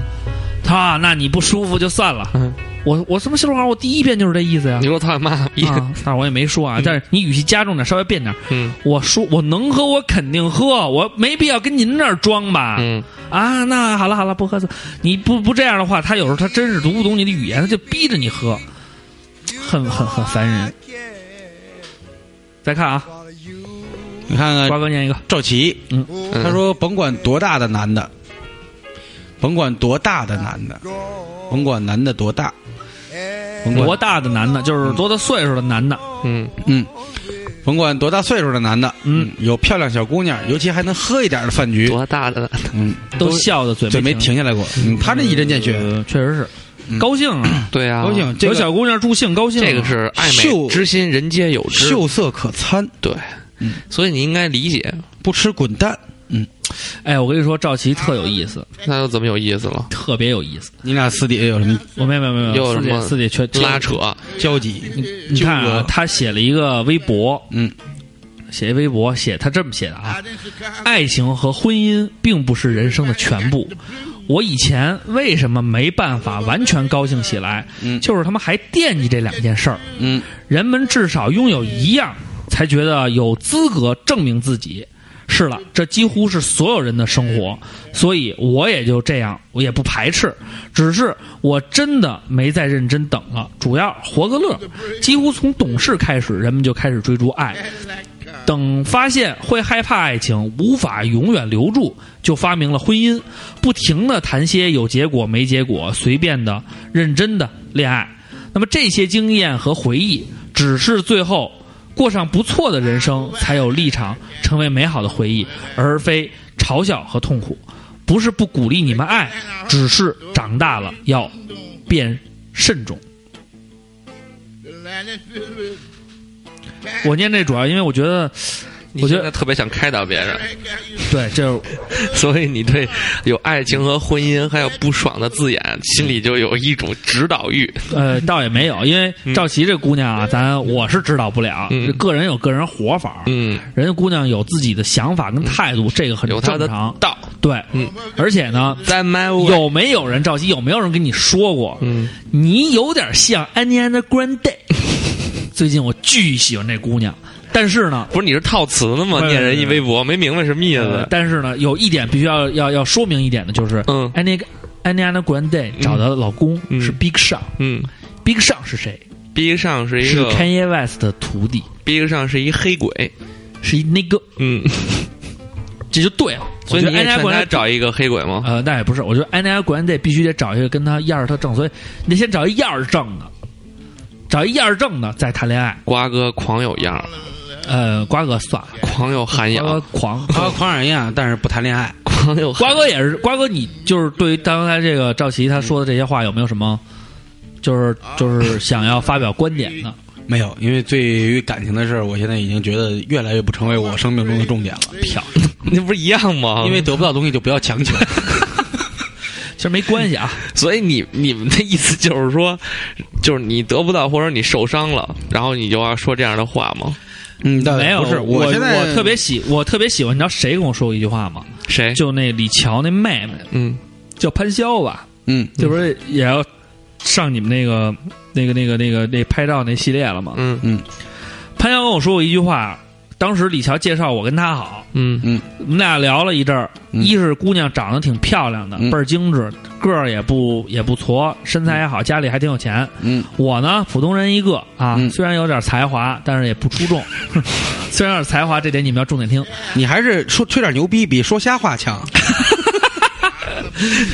[SPEAKER 3] 他说啊那你不舒服就算了，
[SPEAKER 5] 嗯
[SPEAKER 3] 我我什么小广告，我第一遍就是这意思呀
[SPEAKER 5] 你。给我操你妈逼！
[SPEAKER 3] 啊，但是我也没说啊，但是你语气加重点，稍微变点。
[SPEAKER 5] 嗯
[SPEAKER 3] 我说我能喝，我肯定喝，我没必要跟您那儿装吧？
[SPEAKER 5] 嗯，
[SPEAKER 3] 啊，那好了好了，不喝了。你不不这样的话，他有时候他真是读不懂你的语言，他就逼着你喝，很很很烦人。再看啊，
[SPEAKER 4] 你看
[SPEAKER 3] 瓜
[SPEAKER 4] 看
[SPEAKER 3] 哥念一个，
[SPEAKER 4] 赵琦，
[SPEAKER 5] 嗯
[SPEAKER 4] 他说甭管多大的男的，甭管多大的男的，甭管男的多大，甭管
[SPEAKER 3] 多大的男的，就是多大岁数的男的，
[SPEAKER 5] 嗯
[SPEAKER 4] 嗯，甭管多大岁数的男的，
[SPEAKER 3] 嗯，
[SPEAKER 4] 有漂亮小姑娘，尤其还能喝一点的饭局，
[SPEAKER 5] 多大的
[SPEAKER 4] 嗯，
[SPEAKER 3] 都笑的嘴
[SPEAKER 4] 嘴没
[SPEAKER 3] 没
[SPEAKER 4] 停下来过。嗯，他这一针见血，
[SPEAKER 3] 呃确实是
[SPEAKER 4] 嗯
[SPEAKER 3] 高兴啊，
[SPEAKER 5] 对啊，
[SPEAKER 4] 高兴，这
[SPEAKER 3] 有
[SPEAKER 4] 个
[SPEAKER 3] 小姑娘助兴高兴啊，
[SPEAKER 5] 这个是爱
[SPEAKER 4] 秀
[SPEAKER 5] 美之心，人皆有之。
[SPEAKER 4] 秀色可餐，
[SPEAKER 5] 对
[SPEAKER 4] 嗯，
[SPEAKER 5] 所以你应该理解，
[SPEAKER 4] 不吃滚蛋。嗯，
[SPEAKER 3] 哎，我跟你说，赵琦特有意思，
[SPEAKER 5] 那又怎么有意思了？
[SPEAKER 3] 特别有意思。
[SPEAKER 4] 你俩私底下有什么
[SPEAKER 3] 我没有没有没有，
[SPEAKER 5] 又有什么
[SPEAKER 3] 四姐全
[SPEAKER 5] 拉扯，
[SPEAKER 4] 交集？
[SPEAKER 3] 你看
[SPEAKER 4] 纠
[SPEAKER 3] 啊
[SPEAKER 4] 葛，
[SPEAKER 3] 他写了一个微博，
[SPEAKER 4] 嗯，
[SPEAKER 3] 写一微博，写他这么写的啊：爱情和婚姻并不是人生的全部。我以前为什么没办法完全高兴起来？
[SPEAKER 4] 嗯
[SPEAKER 3] 就是他妈还惦记这两件事儿。
[SPEAKER 4] 嗯，
[SPEAKER 3] 人们至少拥有一样，才觉得有资格证明自己。是了，这几乎是所有人的生活，所以我也就这样，我也不排斥，只是我真的没再认真等了，主要活个乐。几乎从懂事开始，人们就开始追逐爱，等发现会害怕爱情，无法永远留住，就发明了婚姻，不停的谈些有结果没结果、随便的、认真的恋爱。那么这些经验和回忆，只是最后过上不错的人生才有立场，成为美好的回忆，而非嘲笑和痛苦。不是不鼓励你们爱，只是长大了要变慎重。我念这主要因为我觉得，
[SPEAKER 5] 你
[SPEAKER 3] 我觉
[SPEAKER 5] 现
[SPEAKER 3] 得
[SPEAKER 5] 在特别想开导别人，
[SPEAKER 3] 对，这
[SPEAKER 5] 所以你对有爱情和婚姻还有不爽的字眼，心里就有一种指导欲。
[SPEAKER 3] 呃，倒也没有，因为赵琦这姑娘啊，咱我是指导不了，
[SPEAKER 5] 嗯
[SPEAKER 3] 这个人有个人活法，
[SPEAKER 5] 嗯，
[SPEAKER 3] 人家姑娘有自己的想法跟态度，这个很
[SPEAKER 5] 有他
[SPEAKER 3] 正
[SPEAKER 5] 的
[SPEAKER 3] 常。
[SPEAKER 5] 道。
[SPEAKER 3] 对，
[SPEAKER 5] 嗯
[SPEAKER 3] 而且呢，
[SPEAKER 5] 在 my way，
[SPEAKER 3] 有没有人，赵琦有没有人跟你说过，
[SPEAKER 5] 嗯，
[SPEAKER 3] 你有点像 Ariana Grande？最近我巨喜欢这姑娘，但是呢，
[SPEAKER 5] 不是你是套词呢吗？
[SPEAKER 3] 对
[SPEAKER 5] 念人一微博，没明白什么意
[SPEAKER 3] 呃
[SPEAKER 5] 思。
[SPEAKER 3] 但是呢，有一点必须要要要说明一点的就是，
[SPEAKER 5] 嗯
[SPEAKER 3] 安妮安妮安娜 Grande 找的老公
[SPEAKER 5] 嗯
[SPEAKER 3] 是 Big Sean，Big、
[SPEAKER 5] 嗯
[SPEAKER 3] Sean 是谁？
[SPEAKER 5] ，Big 上是一
[SPEAKER 3] 是
[SPEAKER 5] 个
[SPEAKER 3] Kanye West 的徒弟，
[SPEAKER 5] ，Big 上是一黑鬼。
[SPEAKER 3] 是一那个，
[SPEAKER 5] 嗯，
[SPEAKER 3] 这就对了。
[SPEAKER 5] 所以
[SPEAKER 3] 我
[SPEAKER 5] 你
[SPEAKER 3] 觉
[SPEAKER 5] 也
[SPEAKER 3] 得安妮安
[SPEAKER 5] 劝
[SPEAKER 3] 娜 Grande
[SPEAKER 5] 他找一个黑鬼吗？
[SPEAKER 3] 呃，那也不是，我觉得安妮安 Grande 必须得找一个跟他样儿特正，所以你得先找一样儿正的，找一样儿正的再谈恋爱。
[SPEAKER 5] 瓜哥狂有样儿，
[SPEAKER 3] 呃，瓜哥算了，
[SPEAKER 5] 狂有涵
[SPEAKER 3] 瓜哥
[SPEAKER 5] 养，
[SPEAKER 3] 狂，
[SPEAKER 4] 他狂染一样，但是不谈恋爱。
[SPEAKER 5] 狂有
[SPEAKER 3] 瓜哥也是瓜哥，你就是对于刚才这个赵琦他说的这些话，有没有什么就是就是想要发表观点的？
[SPEAKER 4] 没有，因为对于感情的事儿，我现在已经觉得越来越不成为我生命中的重点了。
[SPEAKER 3] 漂亮，
[SPEAKER 5] 那不是一样
[SPEAKER 3] 哦
[SPEAKER 5] 吗？
[SPEAKER 4] 因为得不到东西就不要强 求。
[SPEAKER 3] 其实没关系啊，
[SPEAKER 5] 所以你你们的意思就是说，就是你得不到或者你受伤了，然后你就要说这样的话吗？
[SPEAKER 4] 嗯，但
[SPEAKER 3] 没有。
[SPEAKER 4] 不是，
[SPEAKER 3] 我
[SPEAKER 4] 现在
[SPEAKER 3] 我特别喜我特别喜欢，你知道谁跟我说过一句话吗？
[SPEAKER 5] 谁？
[SPEAKER 3] 就那李乔那妹妹
[SPEAKER 5] 嗯，
[SPEAKER 3] 叫潘潇吧，
[SPEAKER 4] 嗯，
[SPEAKER 3] 这不是也要上你们那个那个那个那个那拍照那系列了吗？
[SPEAKER 5] 嗯
[SPEAKER 3] 潘潇跟我说过一句话，当时李乔介绍我跟他好，
[SPEAKER 5] 嗯
[SPEAKER 3] 我们俩聊了一阵儿，
[SPEAKER 4] 嗯
[SPEAKER 3] 一是姑娘长得挺漂亮的，
[SPEAKER 4] 嗯
[SPEAKER 3] 倍儿精致，个儿也不也不矬，身材也好，家里还挺有钱。
[SPEAKER 4] 嗯
[SPEAKER 3] 我呢，普通人一个啊，
[SPEAKER 4] 嗯
[SPEAKER 3] 虽然有点才华，但是也不出众。 虽然有点才华，这点你们要重点听。
[SPEAKER 4] 你还是说吹点牛逼比说瞎话强。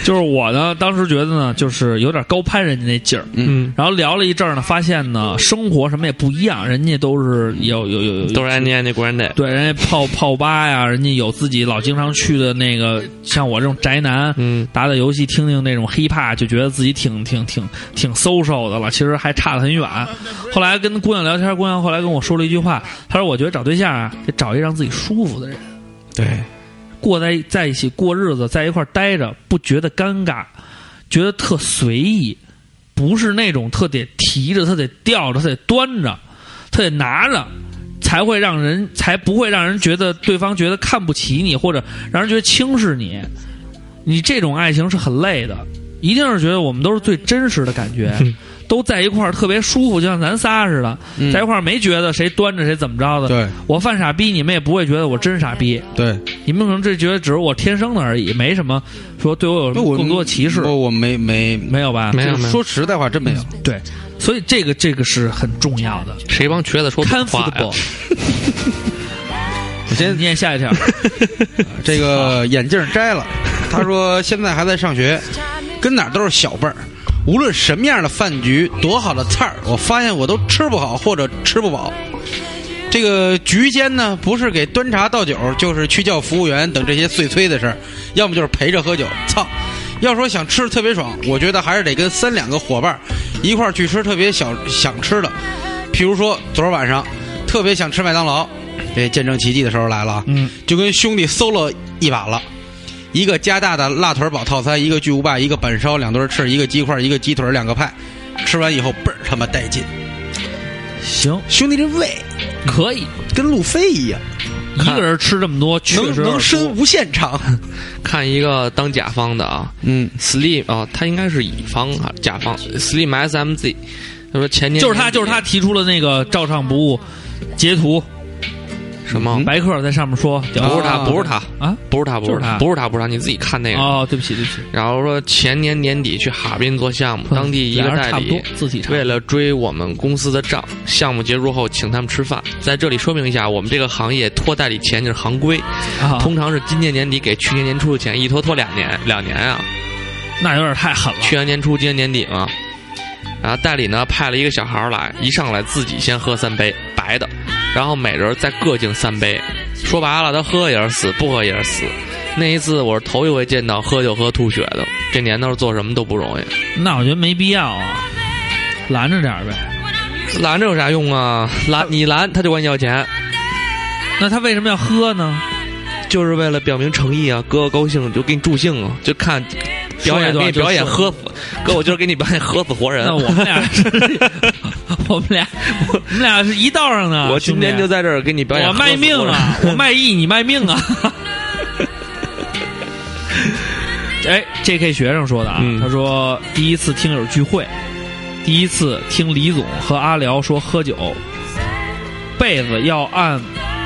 [SPEAKER 3] 就是我呢，当时觉得呢，就是有点高攀人家那劲儿。
[SPEAKER 5] 嗯，
[SPEAKER 3] 然后聊了一阵儿呢，发现呢，生活什么也不一样，人家都是有有有有
[SPEAKER 5] 都是安妮安妮 Grande。
[SPEAKER 3] 对，人家泡泡吧呀，人家有自己老经常去的那个，像我这种宅男，
[SPEAKER 5] 嗯
[SPEAKER 3] 打打游戏，听听那种 hiphop，就觉得自己挺挺挺挺 social 的了，其实还差得很远。后来跟姑娘聊天，姑娘后来跟我说了一句话，她说：“我觉得找对象啊，得找一让自己舒服的人，
[SPEAKER 4] 对，
[SPEAKER 3] 过在在一起过日子，在一块儿待着，不觉得尴尬，觉得特随意，不是那种特得提着、特得吊着、特得端着、特得拿着。”才会让人才不会让人觉得对方觉得看不起你，或者让人觉得轻视你。你这种爱情是很累的，一定是觉得我们都是最真实的感觉，都在一块儿特别舒服，就像咱仨似的，
[SPEAKER 4] 嗯
[SPEAKER 3] 在一块儿没觉得谁端着谁怎么着的。
[SPEAKER 4] 对
[SPEAKER 3] 我犯傻逼，你们也不会觉得我真傻逼，
[SPEAKER 4] 对，
[SPEAKER 3] 你们可能这觉得只是我天生的而已，没什么说对我有
[SPEAKER 4] 那我
[SPEAKER 3] 更多的歧视，
[SPEAKER 4] 我我没没
[SPEAKER 3] 没有吧？
[SPEAKER 5] 没有
[SPEAKER 4] 就是
[SPEAKER 5] 没有
[SPEAKER 4] 说实在话，真没有。
[SPEAKER 3] 对，所以这个这个是很重要的。
[SPEAKER 5] 谁帮瘸子说
[SPEAKER 3] 看
[SPEAKER 5] 反
[SPEAKER 3] 复
[SPEAKER 5] 话
[SPEAKER 3] 的
[SPEAKER 5] 呀
[SPEAKER 3] 不？？
[SPEAKER 4] 我先
[SPEAKER 3] 念下一 条，
[SPEAKER 4] 这
[SPEAKER 3] 啊
[SPEAKER 4] 个眼镜摘了，他说现在还在上学，跟哪儿都是小辈儿。无论什么样的饭局，多好的菜儿，我发现我都吃不好或者吃不饱。这个局间呢，不是给端茶倒酒，就是去叫服务员等这些碎催的事儿，要么就是陪着喝酒。操！要说想吃得特别爽，我觉得还是得跟三两个伙伴儿一块儿去吃特别想想吃的。譬如说昨儿晚上特别想吃麦当劳，这见证奇迹的时候来了啊！
[SPEAKER 3] 嗯，
[SPEAKER 4] 就跟兄弟搜了一把了。一个加大的辣腿堡套餐，一个巨无霸，一个板烧，两对翅，一个鸡块，一个鸡腿，两个派。吃完以后倍儿他妈带劲，
[SPEAKER 3] 行，
[SPEAKER 4] 兄弟这胃
[SPEAKER 3] 可以。
[SPEAKER 4] 跟路飞一样，
[SPEAKER 3] 一个人吃这么多，确
[SPEAKER 4] 能
[SPEAKER 3] 实
[SPEAKER 4] 能伸无限长。
[SPEAKER 5] 看一个当甲方的啊
[SPEAKER 4] 嗯，
[SPEAKER 5] ，Slim 哦，他应该是乙方啊，甲方 Slim SMZ。他说前年
[SPEAKER 3] 就是他，就是他提出了那个照唱不误截图，嗯
[SPEAKER 5] 什么？
[SPEAKER 3] 白客在上面说，
[SPEAKER 5] 不是他，不是他，
[SPEAKER 3] 啊，
[SPEAKER 5] 不是他，不
[SPEAKER 3] 就是是他
[SPEAKER 5] 不是他，不是他，你自己看那个。
[SPEAKER 3] 哦，对不起，对不起，
[SPEAKER 5] 然后说前年年底去哈尔滨做项目，当地一个
[SPEAKER 3] 嗯俩人
[SPEAKER 5] 代
[SPEAKER 3] 差不多
[SPEAKER 5] 理，
[SPEAKER 3] 字体差不
[SPEAKER 5] 为
[SPEAKER 3] 多。
[SPEAKER 5] 了追我们公司的账，项目结束后请他们吃饭。在这里说明一下，我们这个行业拖代理钱就是行规，
[SPEAKER 3] 啊，
[SPEAKER 5] 通常是今年年底给去年年初的钱，一拖拖两年，两年啊，
[SPEAKER 3] 那有点太狠了。
[SPEAKER 5] 去年年初，今年年底嘛。然后代理呢派了一个小孩儿来，一上来自己先喝三杯白的，然后每人再各敬三杯。说白了，他喝也是死，不喝也是死。那一次我是头一回见到喝就喝吐血的，这年头做什么都不容易。
[SPEAKER 3] 那我觉得没必要啊，拦着点儿呗。
[SPEAKER 5] 拦着有啥用啊？拦你拦他就管你要钱，
[SPEAKER 3] 那他为什么要喝呢？
[SPEAKER 5] 就是为了表明诚意啊！哥高兴就给你助兴啊，就看表
[SPEAKER 3] 说
[SPEAKER 5] 演
[SPEAKER 3] 一段
[SPEAKER 5] 给你表演
[SPEAKER 3] 就
[SPEAKER 5] 喝死，哥我就是给你表演喝死活 人。
[SPEAKER 3] 那我们俩是，我们俩，我们俩是一道上的。
[SPEAKER 5] 我今天
[SPEAKER 3] 兄弟啊
[SPEAKER 5] 就在这儿给你表演，
[SPEAKER 3] 我卖命啊！我卖艺，你卖命啊！哎，J K 学生说的啊，
[SPEAKER 5] 嗯
[SPEAKER 3] 他说第一次听友聚会，第一次听李总和阿辽说喝酒，被子要按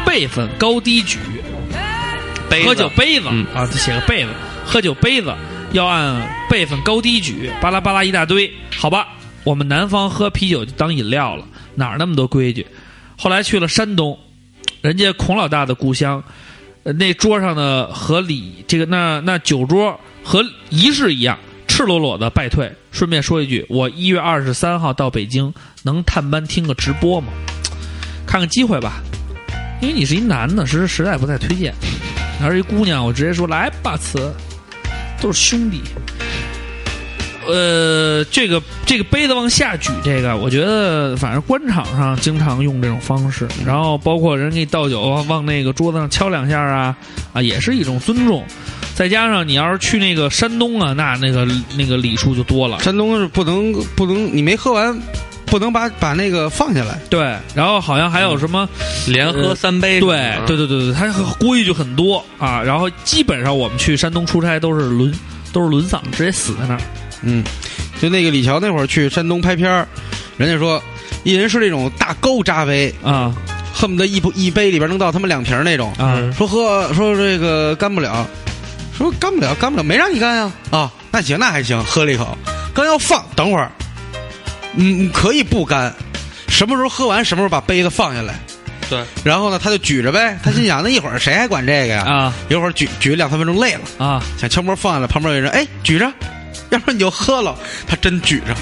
[SPEAKER 3] 辈分高低举，
[SPEAKER 5] 杯
[SPEAKER 3] 喝
[SPEAKER 5] 子
[SPEAKER 3] 酒杯子、
[SPEAKER 5] 嗯
[SPEAKER 3] 啊，他写个杯子，喝酒杯子要按辈分高低举，巴拉巴拉一大堆，好吧，我们南方喝啤酒就当饮料了，哪儿那么多规矩？后来去了山东，人家孔老大的故乡，呃那桌上的和礼这个那那酒桌和仪式一样，赤裸裸的败退。顺便说一句，我一月二十三号到北京，能探班听个直播吗？看看机会吧，因为你是一男的，实实在不太推荐。你要是一姑娘，我直接说来吧，词，都是兄弟。呃，这个这个杯子往下举，这个我觉得反正官场上经常用这种方式，然后包括人给你倒酒往往那个桌子上敲两下啊啊，也是一种尊重。再加上你要是去那个山东啊，那那个那个礼数就多了。
[SPEAKER 4] 山东是不能不能，你没喝完，不能把把那个放下来。
[SPEAKER 3] 对，然后好像还有什么
[SPEAKER 5] 连喝三杯，
[SPEAKER 3] 对对对对对，它规矩很多啊。然后基本上我们去山东出差都是轮都是轮丧，直接死在那儿。
[SPEAKER 4] 嗯，就那个李乔那会儿去山东拍片儿，人家说一人是那种大高扎杯，
[SPEAKER 3] 啊
[SPEAKER 4] 恨不得一不一杯里边能倒他妈两瓶儿那种。
[SPEAKER 3] 啊
[SPEAKER 4] 说喝说这个干不了，说干不了干不了，没让你干呀啊，那行那还行，喝了一口，刚要放，等会儿，嗯，可以不干，什么时候喝完什么时候把杯子放下来。
[SPEAKER 5] 对，
[SPEAKER 4] 然后呢，他就举着呗，他心想那一会儿谁还管这个呀？
[SPEAKER 3] 啊
[SPEAKER 4] 一会儿举举两三分钟累了，
[SPEAKER 3] 啊！
[SPEAKER 4] 想敲门放下来，旁边有人哎举着，要不然你就喝了，他真举 着。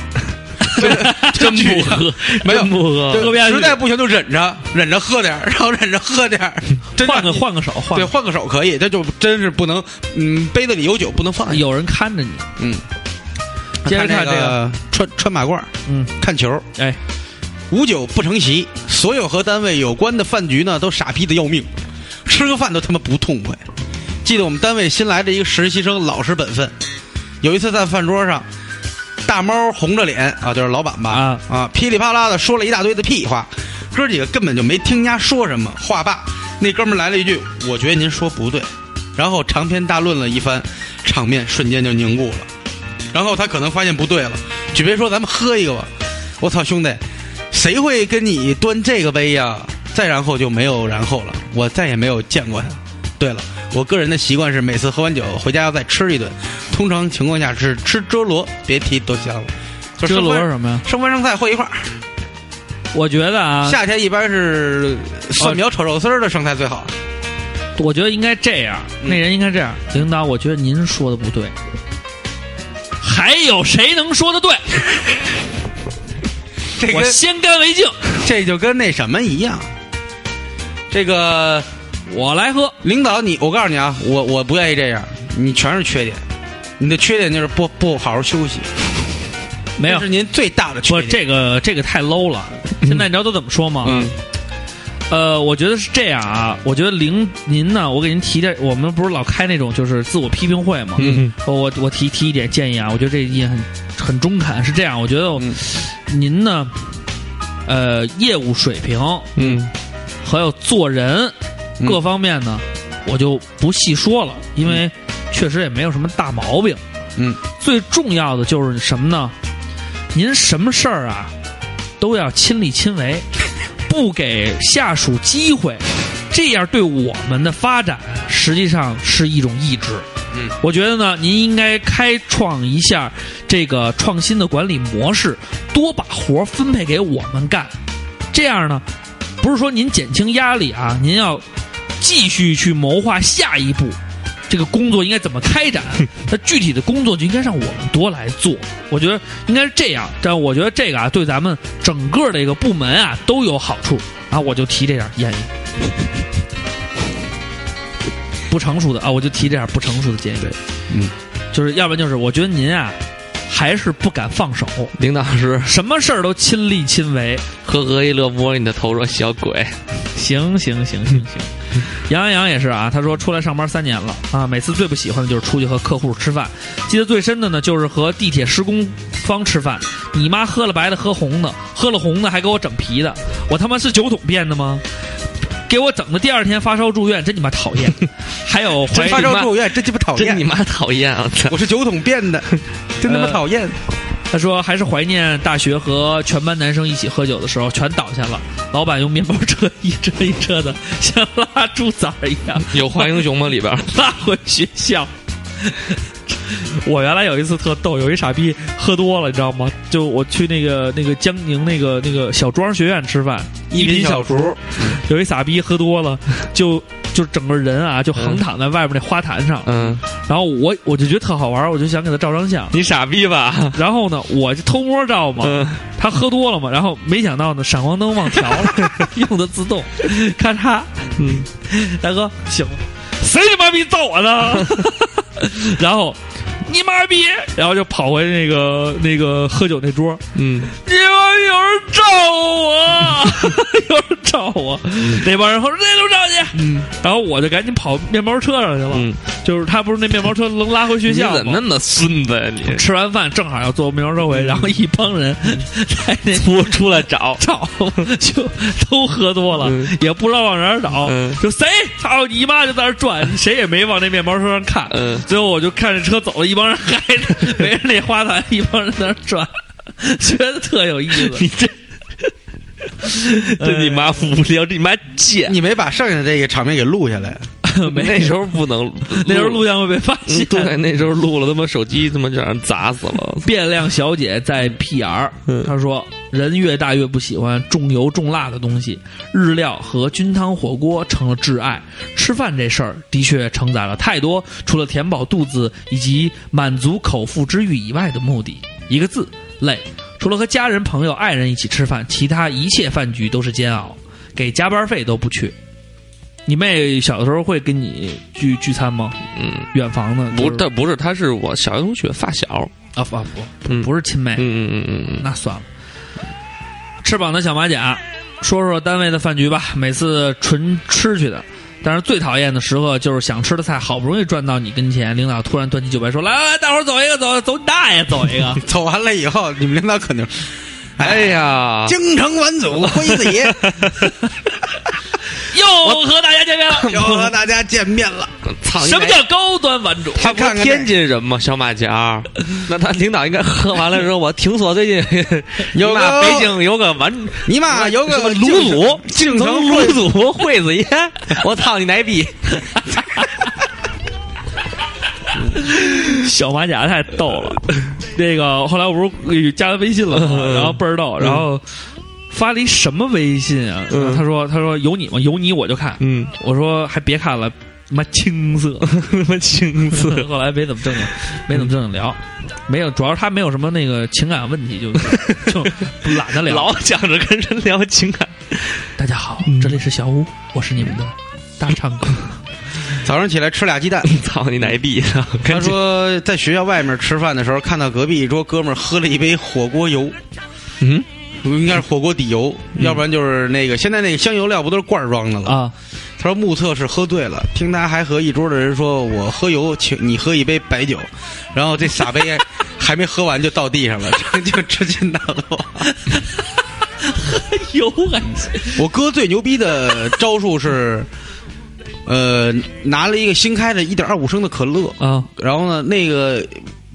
[SPEAKER 3] 真
[SPEAKER 4] 不
[SPEAKER 3] 喝，
[SPEAKER 4] 没有
[SPEAKER 3] 真不喝
[SPEAKER 4] 就
[SPEAKER 3] 喝不下去
[SPEAKER 4] 实在不行就忍着，忍着喝点儿，然后忍着喝点儿，真
[SPEAKER 3] 换
[SPEAKER 4] 让
[SPEAKER 3] 个
[SPEAKER 4] 你
[SPEAKER 3] 换个手，换
[SPEAKER 4] 对，
[SPEAKER 3] 个
[SPEAKER 4] 换个手可以，这就真是不能，嗯，杯子里有酒不能放。
[SPEAKER 3] 有人看着你。
[SPEAKER 4] 嗯，
[SPEAKER 3] 接着看
[SPEAKER 4] 这
[SPEAKER 3] 这个，
[SPEAKER 4] 个穿穿马褂，
[SPEAKER 3] 嗯，
[SPEAKER 4] 看球，
[SPEAKER 3] 哎，
[SPEAKER 4] 无酒不成席，所有和单位有关的饭局呢，都傻逼的要命，吃个饭都他妈不痛快。记得我们单位新来的一个实习生，老实本分。有一次在饭桌上，大猫红着脸啊，就是老板吧
[SPEAKER 3] 啊
[SPEAKER 4] 噼里啪啦的说了一大堆的屁话，哥几个根本就没听人家说什么。话罢，那哥们儿来了一句：“我觉得您说不对。”然后长篇大论了一番，场面瞬间就凝固了。然后他可能发现不对了，举杯说咱们喝一个吧。我操，兄弟，谁会跟你端这个杯呀？再然后就没有然后了，我再也没有见过他。对了，我个人的习惯是每次喝完酒回家要再吃一顿，通常情况下是吃遮罗，别提多香了。就
[SPEAKER 3] 遮
[SPEAKER 4] 生
[SPEAKER 3] 罗
[SPEAKER 4] 番
[SPEAKER 3] 是什么呀？
[SPEAKER 4] 生番生菜和一块儿，
[SPEAKER 3] 我觉得啊，
[SPEAKER 4] 夏天一般是蒜苗炒肉丝儿的生菜最好。
[SPEAKER 3] 我觉得应该这样，
[SPEAKER 4] 嗯
[SPEAKER 3] 那人应该这样。领导，我觉得您说的不对，还有谁能说的对？
[SPEAKER 4] 这
[SPEAKER 3] 我
[SPEAKER 4] 跟
[SPEAKER 3] 先干为敬，
[SPEAKER 4] 这就跟那什么一样，这个
[SPEAKER 3] 我来喝。
[SPEAKER 4] 领导你，我告诉你啊，我我不愿意这样，你全是缺点，你的缺点就是不不好好休息，
[SPEAKER 5] 哎
[SPEAKER 3] 没有
[SPEAKER 4] 这是，您最大的
[SPEAKER 3] 不
[SPEAKER 4] 缺
[SPEAKER 3] 是
[SPEAKER 4] 点。
[SPEAKER 3] 这个这个太 low 了。现在你知道都怎么说吗？
[SPEAKER 4] 嗯
[SPEAKER 3] 呃，我觉得是这样啊，我觉得零您呢，我给您提点，我们不是老开那种就是自我批评会嘛，
[SPEAKER 4] 嗯，
[SPEAKER 3] 我我提提一点建议啊，我觉得这也很很中肯，是这样，我觉得我、
[SPEAKER 4] 嗯
[SPEAKER 3] 您呢，呃，业务水平
[SPEAKER 4] 嗯
[SPEAKER 3] 还有做人
[SPEAKER 4] 嗯
[SPEAKER 3] 各方面呢，我就不细说了，因为确实也没有什么大毛病。
[SPEAKER 4] 嗯，
[SPEAKER 3] 最重要的就是什么呢？您什么事儿啊，都要亲力亲为，不给下属机会，这样对我们的发展实际上是一种抑制。
[SPEAKER 4] 嗯，
[SPEAKER 3] 我觉得呢，您应该开创一下这个创新的管理模式，多把活儿分配给我们干，这样呢，不是说您减轻压力啊，您要继续去谋划下一步，这个工作应该怎么开展？那具体的工作就应该让我们多来做。我觉得应该是这样，但我觉得这个啊，对咱们整个这个部门啊都有好处啊。我就提这样建议， 不成熟的啊，我就提这样不成熟的建议。
[SPEAKER 4] 嗯，
[SPEAKER 3] 就是要不然就是我觉得您啊还是不敢放手，
[SPEAKER 5] 领导是
[SPEAKER 3] 什么事儿都亲力亲为。
[SPEAKER 5] 呵呵一乐，摸你的头说：“小鬼，
[SPEAKER 3] 行行行行行，杨洋洋也是啊，他说出来上班三年了啊，每次最不喜欢的就是出去和客户吃饭，记得最深的呢就是和地铁施工方吃饭，你妈喝了白的喝红的，喝了红的还给我整啤的，我他妈是酒桶变的吗？ 给我整的第二天发烧住院，真你妈讨厌！还有怀
[SPEAKER 4] 真
[SPEAKER 3] 疑
[SPEAKER 4] 发烧
[SPEAKER 3] 妈
[SPEAKER 4] 住院，真鸡巴讨
[SPEAKER 5] 真你
[SPEAKER 4] 厌！
[SPEAKER 5] 妈讨厌啊！” 操
[SPEAKER 4] 我是酒桶变的，真他妈
[SPEAKER 3] 呃
[SPEAKER 4] 讨厌！
[SPEAKER 3] 他说还是怀念大学和全班男生一起喝酒的时候，全倒下了，老板用面包车一车一车的，像拉猪崽儿一样。
[SPEAKER 5] 有华英雄吗？里边儿
[SPEAKER 3] 拉回学校。 我原来有一次特逗，有一傻逼喝多了，你知道吗？就我去那个那个江宁那个那个小庄学院吃饭，一品小厨，有一傻逼喝多了，就就整个人啊就横躺在外面那花坛上，
[SPEAKER 5] 嗯，
[SPEAKER 3] 然后我我就觉得特好玩，我就想给他照张相，
[SPEAKER 5] 你傻逼吧？
[SPEAKER 3] 然后呢我就偷摸照嘛，
[SPEAKER 5] 嗯，
[SPEAKER 3] 他喝多了嘛，然后没想到呢，闪光灯忘调了， 用的自动，咔嚓，嗯，大哥醒了，谁他妈逼揍我 呢？然后你妈逼，然后就跑回那个那个喝酒那桌，
[SPEAKER 5] 嗯，
[SPEAKER 3] 你妈有人照我，啊 有人照我，
[SPEAKER 5] 嗯
[SPEAKER 3] 那帮人说谁都照你，嗯，然后我就赶紧跑面包车上去了，
[SPEAKER 5] 嗯
[SPEAKER 3] 就是他不是那面包车能拉回学
[SPEAKER 5] 你
[SPEAKER 3] 校吗？
[SPEAKER 5] 怎么那么孙子呀你？
[SPEAKER 3] 吃完饭正好要坐面包车回，然后一帮 人在那
[SPEAKER 5] 出出来找，
[SPEAKER 3] 找，就都喝多了，
[SPEAKER 5] 嗯
[SPEAKER 3] 也不知道往哪儿找，
[SPEAKER 5] 嗯
[SPEAKER 3] 就谁操你妈就在那儿转， 谁也没往那面包车上看。
[SPEAKER 5] 嗯
[SPEAKER 3] 最后我就看着车走了，一帮人还 围着那花坛，一帮人在那儿转，觉得特有意思。 哎
[SPEAKER 5] 这你妈无聊，这你妈贱。
[SPEAKER 4] 你没把剩下的这个场面给录下来，
[SPEAKER 3] 没
[SPEAKER 5] 那时候不能，
[SPEAKER 3] 那时候录像会被发
[SPEAKER 5] 嗯
[SPEAKER 3] 现。
[SPEAKER 5] 对，那时候录了，他妈手机他妈就让人砸死了。
[SPEAKER 3] 变量小姐在 PR，
[SPEAKER 5] 嗯
[SPEAKER 3] 她说人越大越不喜欢重油重辣的东西，日料和菌汤火锅成了挚爱。吃饭这事儿的确承载了太多除了填饱肚子以及满足口腹之欲以外的目的，一个字累。除了和家人、朋友、爱人一起吃饭，其他一切饭局都是煎熬，给加班费都不去。你妹小的时候会跟你聚聚餐吗？
[SPEAKER 5] 嗯，
[SPEAKER 3] 远房的
[SPEAKER 5] 不，
[SPEAKER 3] 就是
[SPEAKER 5] 他不是，他是我小学同学发小。
[SPEAKER 3] 啊不啊不
[SPEAKER 5] 嗯
[SPEAKER 3] 不是亲妹，
[SPEAKER 5] 嗯嗯嗯嗯
[SPEAKER 3] 那算了。翅膀的小马甲，说说单位的饭局吧，每次纯吃去的。但是最讨厌的时刻就是想吃的菜好不容易转到你跟前，领导突然端起酒杯说：“来来来，大伙儿走一个，走走你大爷，走 一个。
[SPEAKER 4] 走完了以后，你们领导肯定
[SPEAKER 5] 嗯。哎呀，
[SPEAKER 4] 京城晚祖辉子爷，
[SPEAKER 3] 又和大家见面了。
[SPEAKER 4] 又和大家见面了。
[SPEAKER 5] 操！
[SPEAKER 3] 什么叫高端玩主？
[SPEAKER 5] 他不是哎天津人吗？小马甲，那他领导应该喝完了之后，我听说最近
[SPEAKER 4] 有个
[SPEAKER 5] 那北京有个 完
[SPEAKER 4] 你妈有
[SPEAKER 5] 什么
[SPEAKER 4] 个
[SPEAKER 5] 卤
[SPEAKER 4] 鲁
[SPEAKER 5] 煮，京城卤 煮惠子爷，我操你奶逼！
[SPEAKER 3] 小马甲太逗了。 那个后来我不是加他微信了
[SPEAKER 5] 嗯
[SPEAKER 3] 嘛，然后倍儿逗，然后发了一什么微信啊？然后他说他说有你吗？有你我就看。
[SPEAKER 5] 嗯，
[SPEAKER 3] 我说还别看了，妈青涩，妈青涩。 后来没怎么正经，没怎么正经聊，没有，主要是他没有什么那个情感问题，就就懒得聊。
[SPEAKER 5] 老想着跟人聊情感，
[SPEAKER 3] 大家好，这里是小屋，我是你们的大唱歌。
[SPEAKER 4] 早上起来吃俩鸡蛋。
[SPEAKER 5] 操你奶逼！
[SPEAKER 4] 他说在学校外面吃饭的时候，看到隔壁一桌哥们儿喝了一杯火锅油，
[SPEAKER 5] 嗯，
[SPEAKER 4] 应该是火锅底油，要不然就是那个现在那个香油料不都是罐儿装的了？
[SPEAKER 3] 啊，
[SPEAKER 4] 他说目测是喝醉了，听他还和一桌的人说：“我喝油，请你喝一杯白酒。”然后这傻杯 还没喝完就到地上了， 就就直接拿了我。
[SPEAKER 3] 有还
[SPEAKER 4] 我哥最牛逼的招数是，呃，拿了一个新开的1.25升的可乐，
[SPEAKER 3] 啊
[SPEAKER 4] 然后呢，那个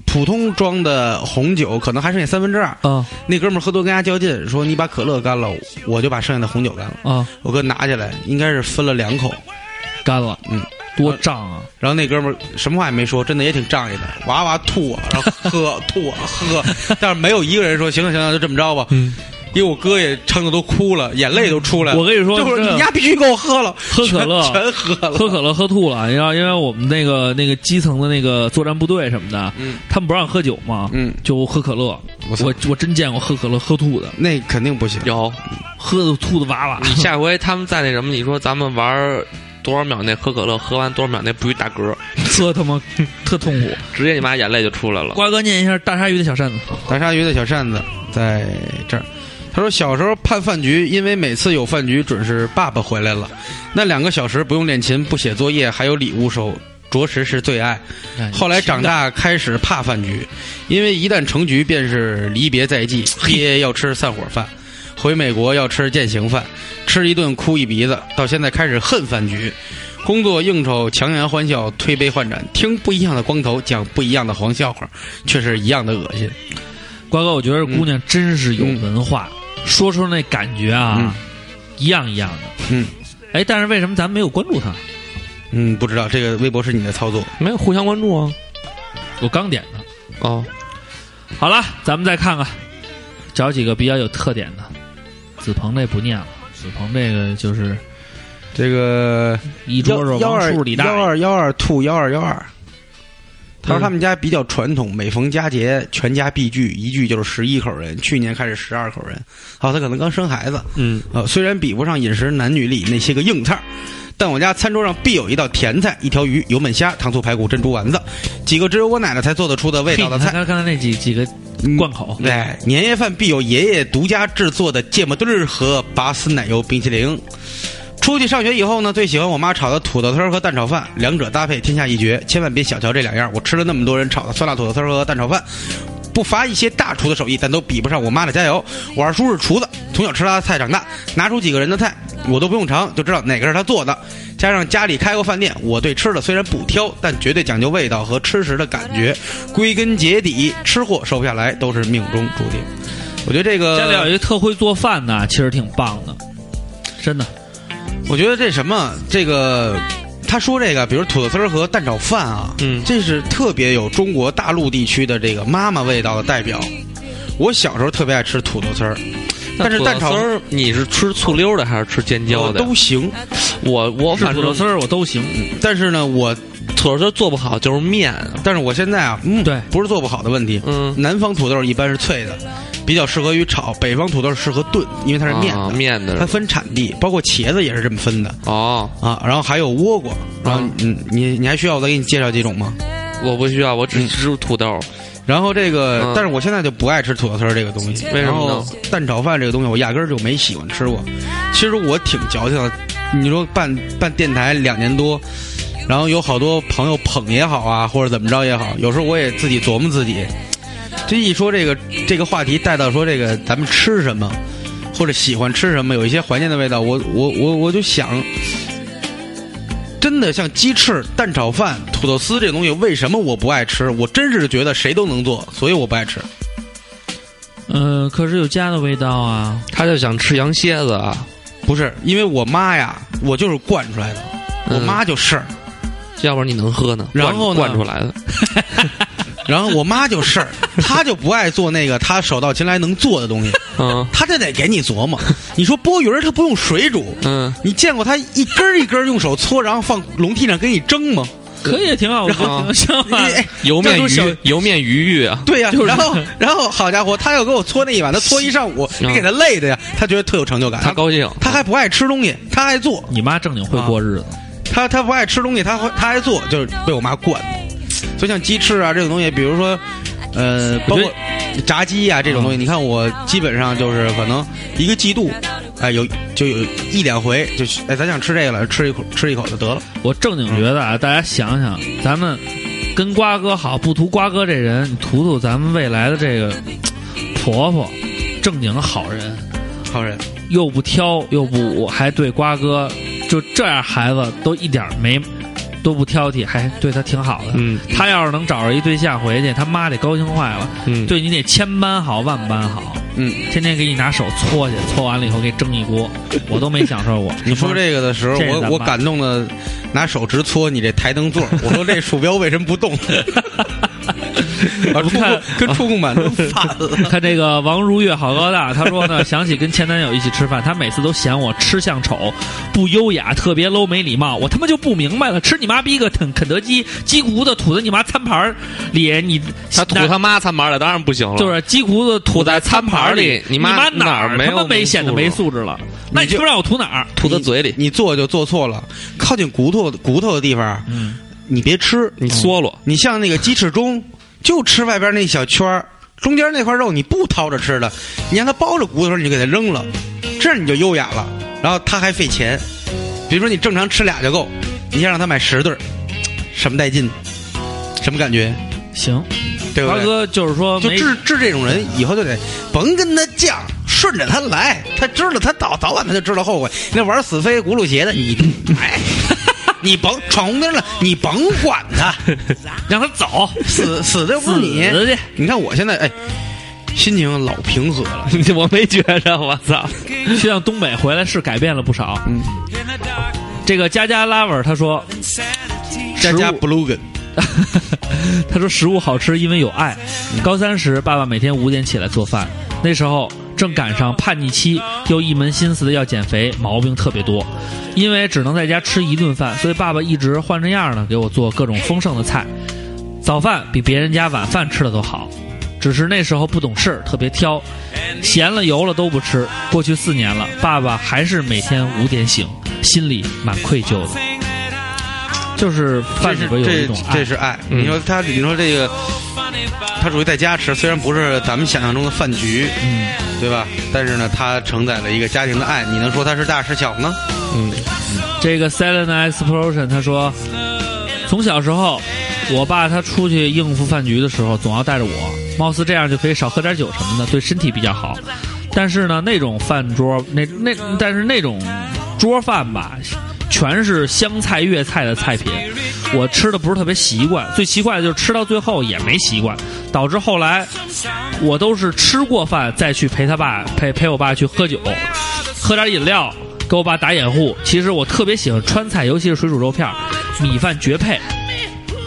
[SPEAKER 4] 普通装的红酒可能还剩下三分之二。
[SPEAKER 3] 啊
[SPEAKER 4] 那哥们儿喝多跟家较劲，说你把可乐干了，我就把剩下的红酒干了。
[SPEAKER 3] 啊，
[SPEAKER 4] 我哥拿起来，应该是分了两口。
[SPEAKER 3] 干了，
[SPEAKER 4] 嗯，
[SPEAKER 3] 多胀啊！
[SPEAKER 4] 然后那哥们儿什么话也没说，真的也挺仗义的，哇哇吐啊，然后喝吐啊喝，但是没有一个人说行了行了，就这么着吧。
[SPEAKER 5] 嗯
[SPEAKER 4] 因为我哥也撑的都哭了，眼泪都出来了。
[SPEAKER 3] 我跟你说
[SPEAKER 4] 就是
[SPEAKER 3] 这
[SPEAKER 4] 你丫必须给我喝了，
[SPEAKER 3] 喝可乐
[SPEAKER 4] 全全喝了，
[SPEAKER 3] 喝可乐喝吐了，然后因为我们那个那个基层的那个作战部队什么的，
[SPEAKER 4] 嗯
[SPEAKER 3] 他们不让喝酒嘛，
[SPEAKER 4] 嗯，
[SPEAKER 3] 就喝可乐。
[SPEAKER 4] 我操
[SPEAKER 3] 我我真见过喝可乐喝吐的，
[SPEAKER 4] 那肯定不行。
[SPEAKER 5] 有
[SPEAKER 3] 喝的吐的哇哇。
[SPEAKER 5] 你下回他们在那什么，你说咱们玩儿多少秒内喝可乐，喝完多少秒内不许打嗝，
[SPEAKER 3] 特他妈特痛 苦。
[SPEAKER 5] 直接你妈眼泪就出来了。
[SPEAKER 3] 瓜哥念一下大鲨鱼的小扇子，
[SPEAKER 4] 大鲨鱼的小扇子在这儿。他说：“小时候盼饭局，因为每次有饭局，准是爸爸回来了。那两个小时不用练琴，不写作业，还有礼物收，着实是最爱。后来长大开始怕饭局，因为一旦成局便是离别在即，爹要吃散伙饭，回美国要吃践行饭，吃一顿哭一鼻子。到现在开始恨饭局，工作应酬强颜欢笑，推杯换盏，听不一样的光头讲不一样的黄笑话，却是一样的恶心。
[SPEAKER 3] 瓜哥，我觉得姑娘真是有文化，
[SPEAKER 5] 嗯
[SPEAKER 3] 说出那感觉啊，
[SPEAKER 4] 嗯
[SPEAKER 3] 一样一样的。
[SPEAKER 4] 嗯，
[SPEAKER 3] 哎，但是为什么咱们没有关注她？
[SPEAKER 4] 嗯，不知道这个微博是你的操作。
[SPEAKER 5] 没有互相关注啊？
[SPEAKER 3] 我刚点的。
[SPEAKER 5] 哦，
[SPEAKER 3] 好了，咱们再看看，找几个比较有特点的。子鹏这不念了，子鹏这个就是
[SPEAKER 4] 这个
[SPEAKER 3] 一桌
[SPEAKER 4] 幺
[SPEAKER 3] 桌
[SPEAKER 4] 幺
[SPEAKER 3] 王
[SPEAKER 4] 二
[SPEAKER 3] 叔李大
[SPEAKER 4] 幺
[SPEAKER 3] 爷，
[SPEAKER 4] 二幺二兔幺二幺二，他说他们家比较传统，每逢佳节全家必聚，一聚就是十一口人，去年开始十二口人。啊，他可能刚生孩子，
[SPEAKER 5] 嗯，
[SPEAKER 4] 啊，虽然比不上饮食男女里那些个硬菜儿，但我家餐桌上必有一道甜菜，一条鱼、油焖虾、糖醋排骨、珍珠丸子，几个只有我奶奶才做得出的味道
[SPEAKER 3] 嘿
[SPEAKER 4] 的
[SPEAKER 3] 你
[SPEAKER 4] 菜。
[SPEAKER 3] 看刚才那几几个
[SPEAKER 4] 嗯
[SPEAKER 3] 贯口，
[SPEAKER 4] 哎，年夜饭必有爷爷独家制作的芥末墩儿和拔丝奶油冰淇淋。出去上学以后呢，最喜欢我妈炒的土豆丝儿和蛋炒饭，两者搭配天下一绝。千万别小瞧这两样，我吃了那么多人炒的酸辣土豆丝儿和蛋炒饭，不乏一些大厨的手艺，但都比不上我妈的加油。我二叔是厨子，从小吃他的菜长大，拿出几个人的菜，我都不用尝就知道哪个是他做的。加上家里开过饭店，我对吃的虽然不挑，但绝对讲究味道和吃食的感觉。归根结底，吃货瘦不下来都是命中注定。我觉得这
[SPEAKER 3] 家里有一个
[SPEAKER 4] 个，
[SPEAKER 3] 特会做饭的，其实挺棒的，真的。
[SPEAKER 4] 我觉得这什么，这个他说这个，比如土豆丝儿和蛋炒饭啊，
[SPEAKER 5] 嗯
[SPEAKER 4] 这是特别有中国大陆地区的这个妈妈味道的代表。我小时候特别爱吃土豆丝儿，但是蛋炒
[SPEAKER 5] 土豆丝儿你是吃醋溜的还是吃尖椒
[SPEAKER 4] 我
[SPEAKER 5] 的呀？
[SPEAKER 4] 都行，
[SPEAKER 5] 我我
[SPEAKER 3] 是
[SPEAKER 5] 反
[SPEAKER 3] 土
[SPEAKER 5] 正
[SPEAKER 3] 豆丝儿我都行，
[SPEAKER 4] 但是呢，我
[SPEAKER 5] 土豆丝儿做不好就是面，
[SPEAKER 4] 但是我现在啊，嗯，
[SPEAKER 3] 对
[SPEAKER 4] 不是做不好的问题。
[SPEAKER 5] 嗯，
[SPEAKER 4] 南方土豆一般是脆的，比较适合于炒；北方土豆适合炖，因为它是面的，
[SPEAKER 5] 啊面的
[SPEAKER 4] 它分产地，包括茄子也是这么分的
[SPEAKER 5] 哦，
[SPEAKER 4] 啊。然后还有倭瓜，然后、
[SPEAKER 5] 啊
[SPEAKER 4] 嗯，你你还需要我再给你介绍几种吗？
[SPEAKER 5] 我不需要，我只吃土豆。
[SPEAKER 4] 然后这个，
[SPEAKER 5] 嗯
[SPEAKER 4] 但是我现在就不爱吃土豆丝儿这个东西。
[SPEAKER 5] 为什么呢？
[SPEAKER 4] 蛋炒饭这个东西，我压根儿就没喜欢吃过。其实我挺矫情的，你说办办电台两年多，然后有好多朋友捧也好啊，或者怎么着也好，有时候我也自己琢磨自己。这一说这个这个话题带到说这个咱们吃什么，或者喜欢吃什么，有一些怀念的味道，我我我我就想，真的像鸡翅、蛋炒饭、土豆丝这东西，为什么我不爱吃？我真是觉得谁都能做，所以我不爱吃。
[SPEAKER 3] 嗯、可是有家的味道啊。
[SPEAKER 5] 他就想吃羊蝎子啊，
[SPEAKER 4] 不是因为我妈呀，我就是惯出来的，我
[SPEAKER 5] 嗯
[SPEAKER 4] 妈就是，儿，
[SPEAKER 5] 要不然你能喝呢？
[SPEAKER 4] 然后呢
[SPEAKER 5] 灌灌出来的，
[SPEAKER 4] 然后我妈就是， 儿，她就不爱做那个她手到擒来能做的东西，
[SPEAKER 5] 嗯
[SPEAKER 4] 她这得给你琢 磨。你说剥鱼儿，她不用水煮，
[SPEAKER 5] 嗯，
[SPEAKER 4] 你见过她一根儿一根儿用手搓，然后放笼屉上给你蒸 吗？
[SPEAKER 3] 可以啊挺好，我觉
[SPEAKER 5] 然
[SPEAKER 3] 得
[SPEAKER 5] 后
[SPEAKER 3] 挺像吧。
[SPEAKER 4] 哎
[SPEAKER 5] 油面
[SPEAKER 3] 这都小
[SPEAKER 5] 鱼油面鱼浴啊，
[SPEAKER 4] 对呀、然后然后好家伙，他又给我搓那一碗，他搓一上午，你给他累的呀，他觉得特有成就感。
[SPEAKER 5] 嗯他高兴，
[SPEAKER 4] 他还不爱吃东西，他爱做，
[SPEAKER 3] 你妈正经会过日子，
[SPEAKER 4] 他他不爱吃东西，他会他爱做，就是被我妈惯的。所以像鸡翅啊这种东西，比如说，呃，包
[SPEAKER 5] 我觉
[SPEAKER 4] 括炸鸡啊这种东西，你看我基本上就是可能一个季度，哎、有就有一两回，就是哎咱想吃这个了，吃一口吃一口就得了。
[SPEAKER 3] 我正经觉得啊，大家想想，咱们跟瓜哥好，不图瓜哥这人，你图图咱们未来的这个婆婆，正经的好人，
[SPEAKER 4] 好人，
[SPEAKER 3] 又不挑又不武，还对瓜哥就这样孩子都一点儿没都不挑剔，还对他挺好的。
[SPEAKER 5] 嗯
[SPEAKER 3] 他要是能找着一对象回去，他妈得高兴坏了，
[SPEAKER 5] 嗯，
[SPEAKER 3] 对你得千般好万般好。
[SPEAKER 4] 嗯，
[SPEAKER 3] 天天给你拿手搓去，搓完了以后给蒸一锅，我都没享受过。
[SPEAKER 4] 你说这个的时候，
[SPEAKER 3] 这是
[SPEAKER 4] 我
[SPEAKER 3] 咱
[SPEAKER 4] 我
[SPEAKER 3] 妈
[SPEAKER 4] 感动的拿手直搓你这台灯座儿，我说这鼠标为什么不动？啊，触控跟触控板都反 了。
[SPEAKER 3] 看这个王如月好高大，她说呢，想起跟前男友一起吃饭，她每次都嫌我吃相丑、不优雅、特别 low、没礼貌。我他妈就不明白了，吃你妈逼个肯肯德基鸡骨头吐在你妈餐盘儿里，你
[SPEAKER 5] 他吐他妈餐盘儿里，当然不行了，
[SPEAKER 3] 就是鸡骨头吐在餐盘儿里，
[SPEAKER 5] 你
[SPEAKER 3] 你
[SPEAKER 5] 妈
[SPEAKER 3] 哪
[SPEAKER 5] 哪儿
[SPEAKER 3] 儿
[SPEAKER 5] 没
[SPEAKER 3] 他妈
[SPEAKER 5] 有
[SPEAKER 3] 没
[SPEAKER 5] 没
[SPEAKER 3] 显得
[SPEAKER 5] 素
[SPEAKER 3] 没
[SPEAKER 5] 质
[SPEAKER 3] 素质了？那
[SPEAKER 4] 你
[SPEAKER 3] 你
[SPEAKER 4] 就
[SPEAKER 3] 他妈让我吐哪儿？
[SPEAKER 5] 吐他嘴里，
[SPEAKER 4] 你做就做错了，靠近骨头骨头的地方，
[SPEAKER 3] 嗯，
[SPEAKER 4] 你别吃。
[SPEAKER 5] 你嗦了，
[SPEAKER 4] 你像那个鸡翅中，就吃外边那小圈儿，中间那块肉你不掏着吃的，你让它包着骨头，你就给它扔了，这样你就优雅了。然后它还费钱，比如说你正常吃俩就够，你先让它买十对儿，什么带劲，什么感觉，
[SPEAKER 3] 行，
[SPEAKER 4] 对不
[SPEAKER 3] 华
[SPEAKER 4] 对？
[SPEAKER 3] 哥就是说
[SPEAKER 4] 就
[SPEAKER 3] 没
[SPEAKER 4] 治治这种人，以后就得甭跟他犟，顺着他来，他知道他早早晚他就知道后悔。那玩死飞轱辘鞋的，你哎，你甭闯红灯了，你甭管他，
[SPEAKER 3] 让他 走，
[SPEAKER 4] 死死的又不是你。
[SPEAKER 3] 死去。
[SPEAKER 4] 你看我现在哎，心情老平和了。
[SPEAKER 5] 我没觉着，我操，
[SPEAKER 3] 去趟东北回来是改变了不少。嗯，这个佳佳拉文他说，
[SPEAKER 4] 加
[SPEAKER 3] 食物
[SPEAKER 4] 加 Bluegan，
[SPEAKER 3] 他说食物好吃，因为有爱。高三时，爸爸每天五点起来做饭，那时候正赶上叛逆期，又一门心思的要减肥，毛病特别多。因为只能在家吃一顿饭，所以爸爸一直换着样儿呢给我做各种丰盛的菜，早饭比别人家晚饭吃的都好。只是那时候不懂事儿，特别挑，咸了油了都不吃。过去四年了，爸爸还是每天五点醒，心里蛮愧疚的。就是
[SPEAKER 4] 这
[SPEAKER 3] 饭里
[SPEAKER 4] 是
[SPEAKER 3] 边有一
[SPEAKER 4] 这
[SPEAKER 3] 种爱，嗯
[SPEAKER 4] 这是爱。你说他，你说这个，他属于在家吃，虽然不是咱们想象中的饭局，
[SPEAKER 3] 嗯。
[SPEAKER 4] 对吧？但是呢，他承载了一个家庭的爱。你能说他是大是小呢？
[SPEAKER 3] 这个 Silent Explosion 他说，从小时候，我爸他出去应付饭局的时候，总要带着我，貌似这样就可以少喝点酒什么的，对身体比较好。但是呢，那种饭桌，那那但是那种桌饭吧，全是湘菜粤菜的菜品，我吃的不是特别习惯。最奇怪的就是吃到最后也没习惯，导致后来我都是吃过饭再去陪他爸陪陪我爸去喝酒，喝点饮料，给我爸打掩护。其实我特别喜欢川菜，尤其是水煮肉片儿，米饭绝配。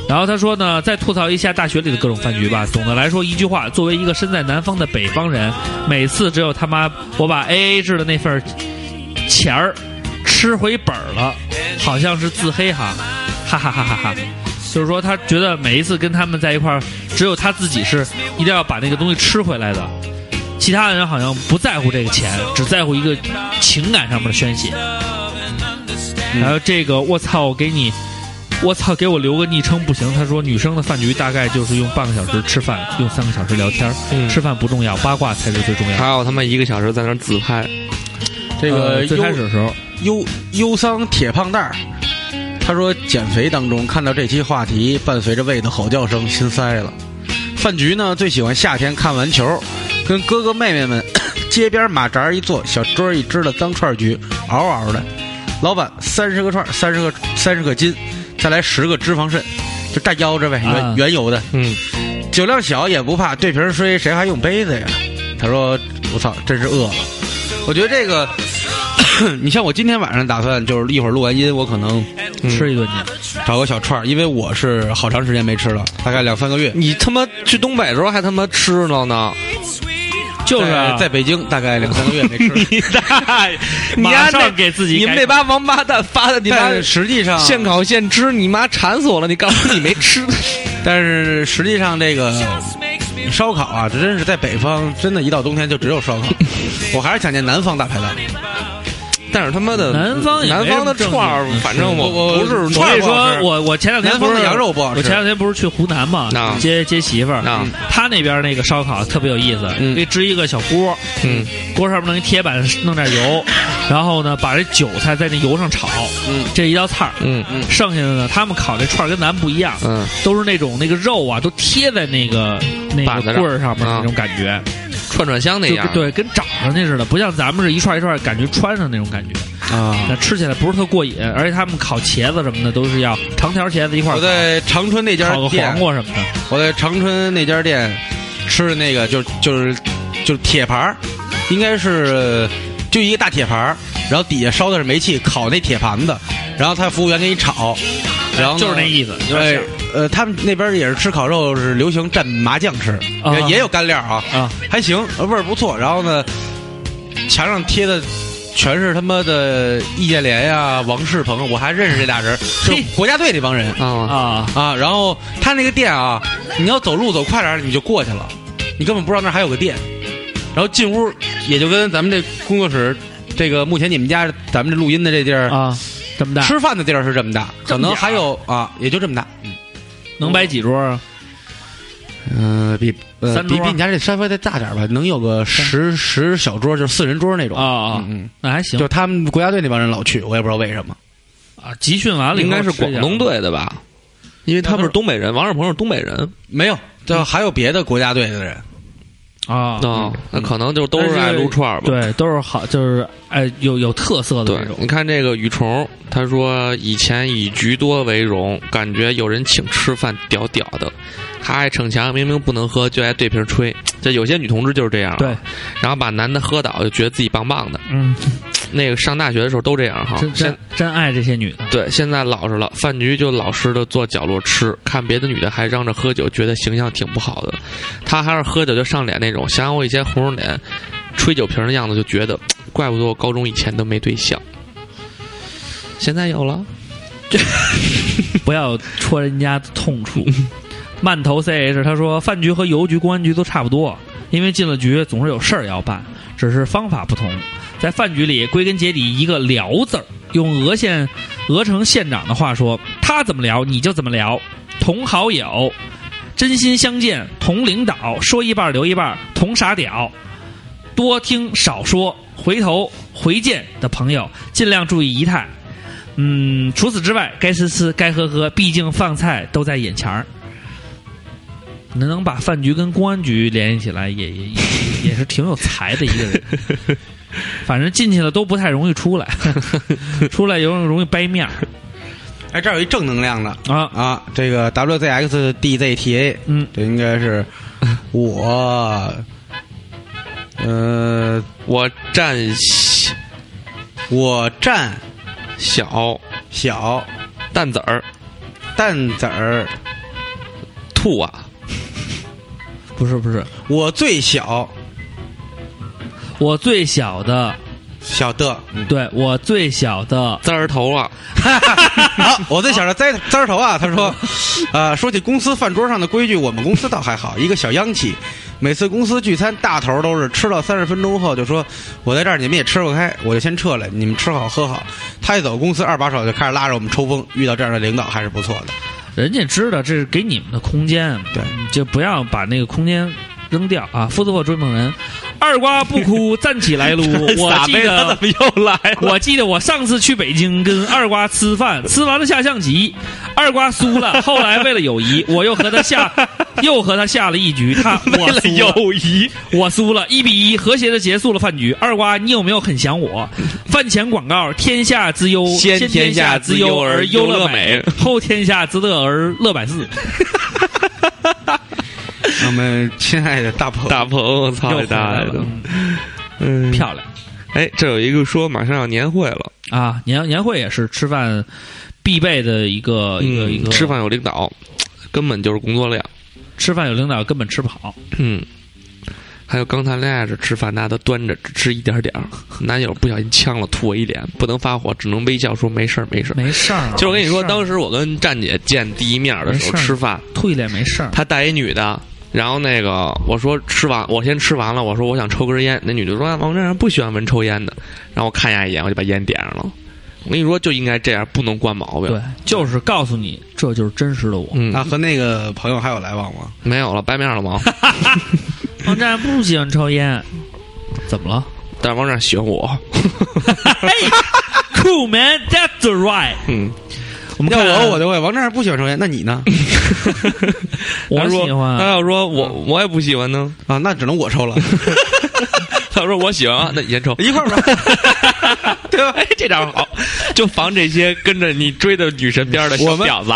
[SPEAKER 3] 然后他说呢，再吐槽一下大学里的各种饭局吧。总的来说，一句话，作为一个身在南方的北方人，每次只有他妈我把 A A 制的那份儿钱儿吃回本儿了，好像是自黑哈，哈哈哈哈哈。就是说，他觉得每一次跟他们在一块儿，只有他自己是一定要把那个东西吃回来的，其他的人好像不在乎这个钱，只在乎一个情感上面的宣泄。然后这个，我操，我给你，我操，给我留个昵称不行。他说，女生的饭局大概就是用半个小时吃饭，用三个小时聊天儿，
[SPEAKER 5] 嗯
[SPEAKER 3] 吃饭不重要，八卦才是最重要的
[SPEAKER 5] 还。有他妈一个小时在那儿自拍，
[SPEAKER 4] 这
[SPEAKER 3] 呃最开始的时候，
[SPEAKER 4] 忧忧伤铁胖蛋儿，他说减肥当中看到这期话题，伴随着胃的吼叫声，心塞了。饭局呢，最喜欢夏天看完球，跟哥哥妹妹们 街边马扎一坐，小桌一支的脏串局，嗷嗷的。老板三十个串，三十个三十个筋，再来十个脂肪肾，就大腰子呗，原、
[SPEAKER 3] 啊
[SPEAKER 4] 原油的。
[SPEAKER 5] 嗯，
[SPEAKER 4] 酒量小也不怕，对瓶水谁还用杯子呀？他说：“我操，真是饿了。”我觉得这个， 你像我今天晚上打算就是一会儿录完音，我可能
[SPEAKER 3] 吃一顿去。
[SPEAKER 4] 找个小串儿，因为我是好长时间没吃了，大概两三个月。
[SPEAKER 5] 你他妈去东北的时候还他妈吃了呢，。
[SPEAKER 3] 就是啊
[SPEAKER 4] 在在北京大概两三个月没吃了
[SPEAKER 5] 你大爷！你
[SPEAKER 3] 马
[SPEAKER 5] 丫
[SPEAKER 3] 上
[SPEAKER 5] 那
[SPEAKER 3] 给自己
[SPEAKER 5] 你们
[SPEAKER 3] 改
[SPEAKER 5] 那帮王八蛋发的，你妈
[SPEAKER 4] 但实际
[SPEAKER 3] 啊
[SPEAKER 4] 上，
[SPEAKER 5] 现烤现吃，你妈馋死我了！你告诉我你没吃，
[SPEAKER 4] 但是实际上这个烧烤啊，这真是在北方，真的，一到冬天就只有 烧烤。我还是想念南方大排档。
[SPEAKER 5] 但是他妈的
[SPEAKER 3] 南方也
[SPEAKER 5] 嗯南
[SPEAKER 3] 没
[SPEAKER 5] 方的
[SPEAKER 3] 什么正经
[SPEAKER 5] 串儿
[SPEAKER 3] 的，嗯
[SPEAKER 5] 反正
[SPEAKER 4] 我
[SPEAKER 5] 我不是
[SPEAKER 3] 所以
[SPEAKER 5] 串儿
[SPEAKER 3] 说我我前两天
[SPEAKER 4] 南方
[SPEAKER 3] 不
[SPEAKER 4] 的
[SPEAKER 3] 是
[SPEAKER 4] 羊肉不好吃
[SPEAKER 3] 我前两天不是去湖南嘛
[SPEAKER 5] 啊，
[SPEAKER 3] 接接媳妇儿
[SPEAKER 5] 啊，
[SPEAKER 3] 他那边那个烧烤特别有意思，
[SPEAKER 5] 嗯
[SPEAKER 3] 给支一个小锅，
[SPEAKER 5] 嗯，
[SPEAKER 3] 锅上面弄一铁板，弄点油， 然后呢把这韭菜在那油上炒，
[SPEAKER 4] 嗯，
[SPEAKER 3] 这一道菜儿，
[SPEAKER 5] 嗯嗯
[SPEAKER 3] 剩下的呢他们烤这串儿跟咱们不一样，
[SPEAKER 5] 嗯，
[SPEAKER 3] 都是那种那个肉啊都贴在那个那
[SPEAKER 5] 板子
[SPEAKER 3] 个
[SPEAKER 5] 上
[SPEAKER 3] 棍儿上面
[SPEAKER 5] 啊
[SPEAKER 3] 那种感觉，
[SPEAKER 5] 串串香那
[SPEAKER 3] 就
[SPEAKER 5] 样，
[SPEAKER 3] 对，跟找上去似的，不像咱们是一串一串感觉穿上那种感觉。
[SPEAKER 4] 啊。
[SPEAKER 3] 那吃起来不是特过瘾，而且他们烤茄子什么的都是要长条茄子一块儿
[SPEAKER 4] 我
[SPEAKER 3] 烤
[SPEAKER 4] 在长春那家
[SPEAKER 3] 烤个
[SPEAKER 4] 店
[SPEAKER 3] 黄，瓜什么的，
[SPEAKER 4] 我在长春那家店吃的那个就就是就是铁盘儿，应该是就一个大铁盘儿，然后底下烧的是煤气，烤那铁盘子，然后他服务员给你炒，然后呢
[SPEAKER 3] 就是那意思，有
[SPEAKER 4] 哎
[SPEAKER 3] 点，
[SPEAKER 4] 呃，他们那边也是吃烤肉，是流行蘸麻酱吃，
[SPEAKER 3] 啊
[SPEAKER 4] 也也有干料啊，
[SPEAKER 3] 像啊，
[SPEAKER 4] 还行，呃味儿不错。然后呢，墙上贴的全是他妈的易建联呀、王仕鹏，我还认识这俩 人，是
[SPEAKER 3] 嘿
[SPEAKER 4] 国家队那帮人
[SPEAKER 5] 啊，
[SPEAKER 3] 啊，
[SPEAKER 4] 啊。然后他那个店啊，你要走路走快点儿你就过去了，你根本不知道那儿还有个店。然后进屋也就跟咱们这工作室，这个目前你们家咱们这录音的这地儿，
[SPEAKER 3] 啊，这么大
[SPEAKER 4] 吃饭的地儿是这么大，
[SPEAKER 3] 这
[SPEAKER 4] 可
[SPEAKER 3] 么点儿
[SPEAKER 4] 能还有啊，也就这么大。
[SPEAKER 3] 能摆几桌啊？
[SPEAKER 4] 嗯，比呃
[SPEAKER 3] 三
[SPEAKER 4] 比
[SPEAKER 3] 桌
[SPEAKER 4] 比你家这稍微再大点儿吧，能有个十十小桌，就是四人桌那种
[SPEAKER 3] 啊啊
[SPEAKER 4] 嗯，嗯
[SPEAKER 3] 那还
[SPEAKER 4] 就
[SPEAKER 3] 行
[SPEAKER 4] 是他们国家队那帮人老去，我也不知道为什么。
[SPEAKER 3] 啊。集训完了以后
[SPEAKER 5] 应该是广东
[SPEAKER 3] 吃一下，
[SPEAKER 5] 队的吧？因为他们是东北人，王世鹏是东北人
[SPEAKER 4] 没有，这还有别的国家队的人，
[SPEAKER 3] 啊，
[SPEAKER 5] 啊，那可能就都是
[SPEAKER 3] 但是
[SPEAKER 5] 爱撸串儿吧。
[SPEAKER 3] 对，都是好，就是哎，有有特色的
[SPEAKER 5] 对
[SPEAKER 3] 这，种
[SPEAKER 5] 你看这个雨虫，他说以前以局多为荣，感觉有人请吃饭屌屌的，他爱逞强，明明不能喝就爱对瓶吹。这有些女同志就是这样啊，
[SPEAKER 3] 对，
[SPEAKER 5] 然后把男的喝倒，就觉得自己棒棒的。
[SPEAKER 3] 嗯，
[SPEAKER 5] 那个上大学的时候都这样哈
[SPEAKER 3] 真，
[SPEAKER 5] 现
[SPEAKER 3] 真真爱这些女的，
[SPEAKER 5] 对现在老实了，饭局就老实的坐角落吃，看别的女的还嚷着喝酒，觉得形象挺不好的。他还是喝酒就上脸那种，想想我以前红着脸吹酒瓶的样子，就觉得怪不得我高中以前都没对象，现在有了。
[SPEAKER 3] 不要戳人家的痛处。曼头 CH 他说，饭局和邮局、公安局都差不多，因为进了局总是有事儿要办，只是方法不同。在饭局里，归根结底一个“聊”字儿。用俄县俄城县长的话说，他怎么聊你就怎么聊，同好友，真心相见，同领导，说一半儿留一半儿，同傻屌，多听少说，回头回见的朋友尽量注意仪态。嗯，除此之外，该吃吃，该喝喝，毕竟饭菜都在眼前儿。能能把饭局跟公安局联系起来，也也也也是挺有才的一个人。 反正进去了都不太容易出来，出来容易容易掰面儿
[SPEAKER 4] 哎，这儿有一正能量的
[SPEAKER 3] 啊。
[SPEAKER 4] 啊，这个 WZXDZTA，
[SPEAKER 3] 嗯
[SPEAKER 4] 这应该是我，呃，
[SPEAKER 5] 我站小
[SPEAKER 4] 我站
[SPEAKER 5] 小
[SPEAKER 4] 小
[SPEAKER 5] 蛋子儿
[SPEAKER 4] 蛋子儿，
[SPEAKER 5] 兔啊，
[SPEAKER 3] 不是不是，
[SPEAKER 4] 我最小
[SPEAKER 3] 我最小的，
[SPEAKER 4] 小的，
[SPEAKER 3] 对我最小的，
[SPEAKER 5] 滋儿头啊，
[SPEAKER 4] 好，啊我最想着栽栽儿头啊，他说，呃，说起公司饭桌上的规矩，我们公司倒还好，一个小央企，每次公司聚餐，大头都是吃到三十分钟后就说，我在这儿你们也吃不开，我就先撤了，你们吃好喝好。他一走，公司二把手就开始拉着我们抽风，遇到这样的领导还是不错的。
[SPEAKER 3] 人家知道这是给你们的空间，
[SPEAKER 4] 对，
[SPEAKER 3] 就不要把那个空间扔掉啊！夫子或追梦人，二瓜不哭，站起 来撸。我
[SPEAKER 5] 撒
[SPEAKER 3] 记
[SPEAKER 5] 贝他
[SPEAKER 3] 得
[SPEAKER 5] 怎么又来了？
[SPEAKER 3] 我记得我上次去北京跟二瓜吃饭， 吃完了下象棋，二瓜输了。后来为了友谊，我又和他 下，又和他下了一局。他我输了，
[SPEAKER 5] 谊，
[SPEAKER 3] 我输了，一比一和谐的结束了饭局。二瓜，你有没有很想 我？饭前广告：天下之忧，
[SPEAKER 5] 先
[SPEAKER 3] 先
[SPEAKER 5] 天下
[SPEAKER 3] 下
[SPEAKER 5] 之
[SPEAKER 3] 之
[SPEAKER 5] 忧
[SPEAKER 3] 忧
[SPEAKER 5] 而
[SPEAKER 3] 而
[SPEAKER 5] 忧
[SPEAKER 3] 忧
[SPEAKER 5] 乐
[SPEAKER 3] 乐
[SPEAKER 5] 美
[SPEAKER 3] 美，后天下之乐而乐百事。
[SPEAKER 4] 我们亲爱的大鹏，
[SPEAKER 5] 大鹏，我操
[SPEAKER 3] 又
[SPEAKER 5] 你大
[SPEAKER 3] 回来
[SPEAKER 5] 爷的
[SPEAKER 3] 了！
[SPEAKER 5] 嗯，
[SPEAKER 3] 漂亮
[SPEAKER 5] 哎，这有一个说马上要年会了，
[SPEAKER 3] 啊！年年会也是吃饭必备的一个一个一个，
[SPEAKER 5] 嗯吃饭有领导，根本就是工作量。
[SPEAKER 3] 吃饭有领导根本吃不好。
[SPEAKER 5] 嗯，还有刚谈恋爱时吃饭，大家都端着只吃一点点 儿，男友不小心呛了，吐我一脸，不能发火，只能微笑说没事儿没事儿。
[SPEAKER 3] 没事儿，啊
[SPEAKER 5] 就是我跟你说，
[SPEAKER 3] 没事儿
[SPEAKER 5] 当时我跟站姐见第一面的时候
[SPEAKER 3] 没事儿
[SPEAKER 5] 吃饭，
[SPEAKER 3] 吐一脸没事儿，
[SPEAKER 5] 她带一女的。然后那个我说吃完我先吃完了，我说我想抽根烟，那女的说啊王站长不喜欢闻抽烟的，然后我看她一眼我就把烟点上了。我跟你说就应该这样，不能惯毛病。
[SPEAKER 3] 对，就是告诉你，这就是真实的我。
[SPEAKER 5] 嗯，
[SPEAKER 4] 啊，和那个朋友还有来往吗？
[SPEAKER 5] 没有了，白面了吗？
[SPEAKER 3] 王战不喜欢抽烟，怎么了？
[SPEAKER 5] 但是王站喜欢我。
[SPEAKER 3] 哎，Cool man，that's right。
[SPEAKER 5] 嗯，
[SPEAKER 3] 我们
[SPEAKER 4] 要
[SPEAKER 3] 看啊
[SPEAKER 4] 我我啊就会。王站不喜欢抽烟，那 你呢？
[SPEAKER 3] 我
[SPEAKER 5] 他说
[SPEAKER 3] 喜欢
[SPEAKER 5] 他要说我我也不喜欢呢。
[SPEAKER 4] 啊，那只能我 抽了，。
[SPEAKER 5] 他说我喜欢 啊，那你先抽
[SPEAKER 4] 一块 儿吧，对吧？
[SPEAKER 5] 哎，这招好， 就防这些跟着你追的女神边的小
[SPEAKER 4] 我们
[SPEAKER 5] 婊 子。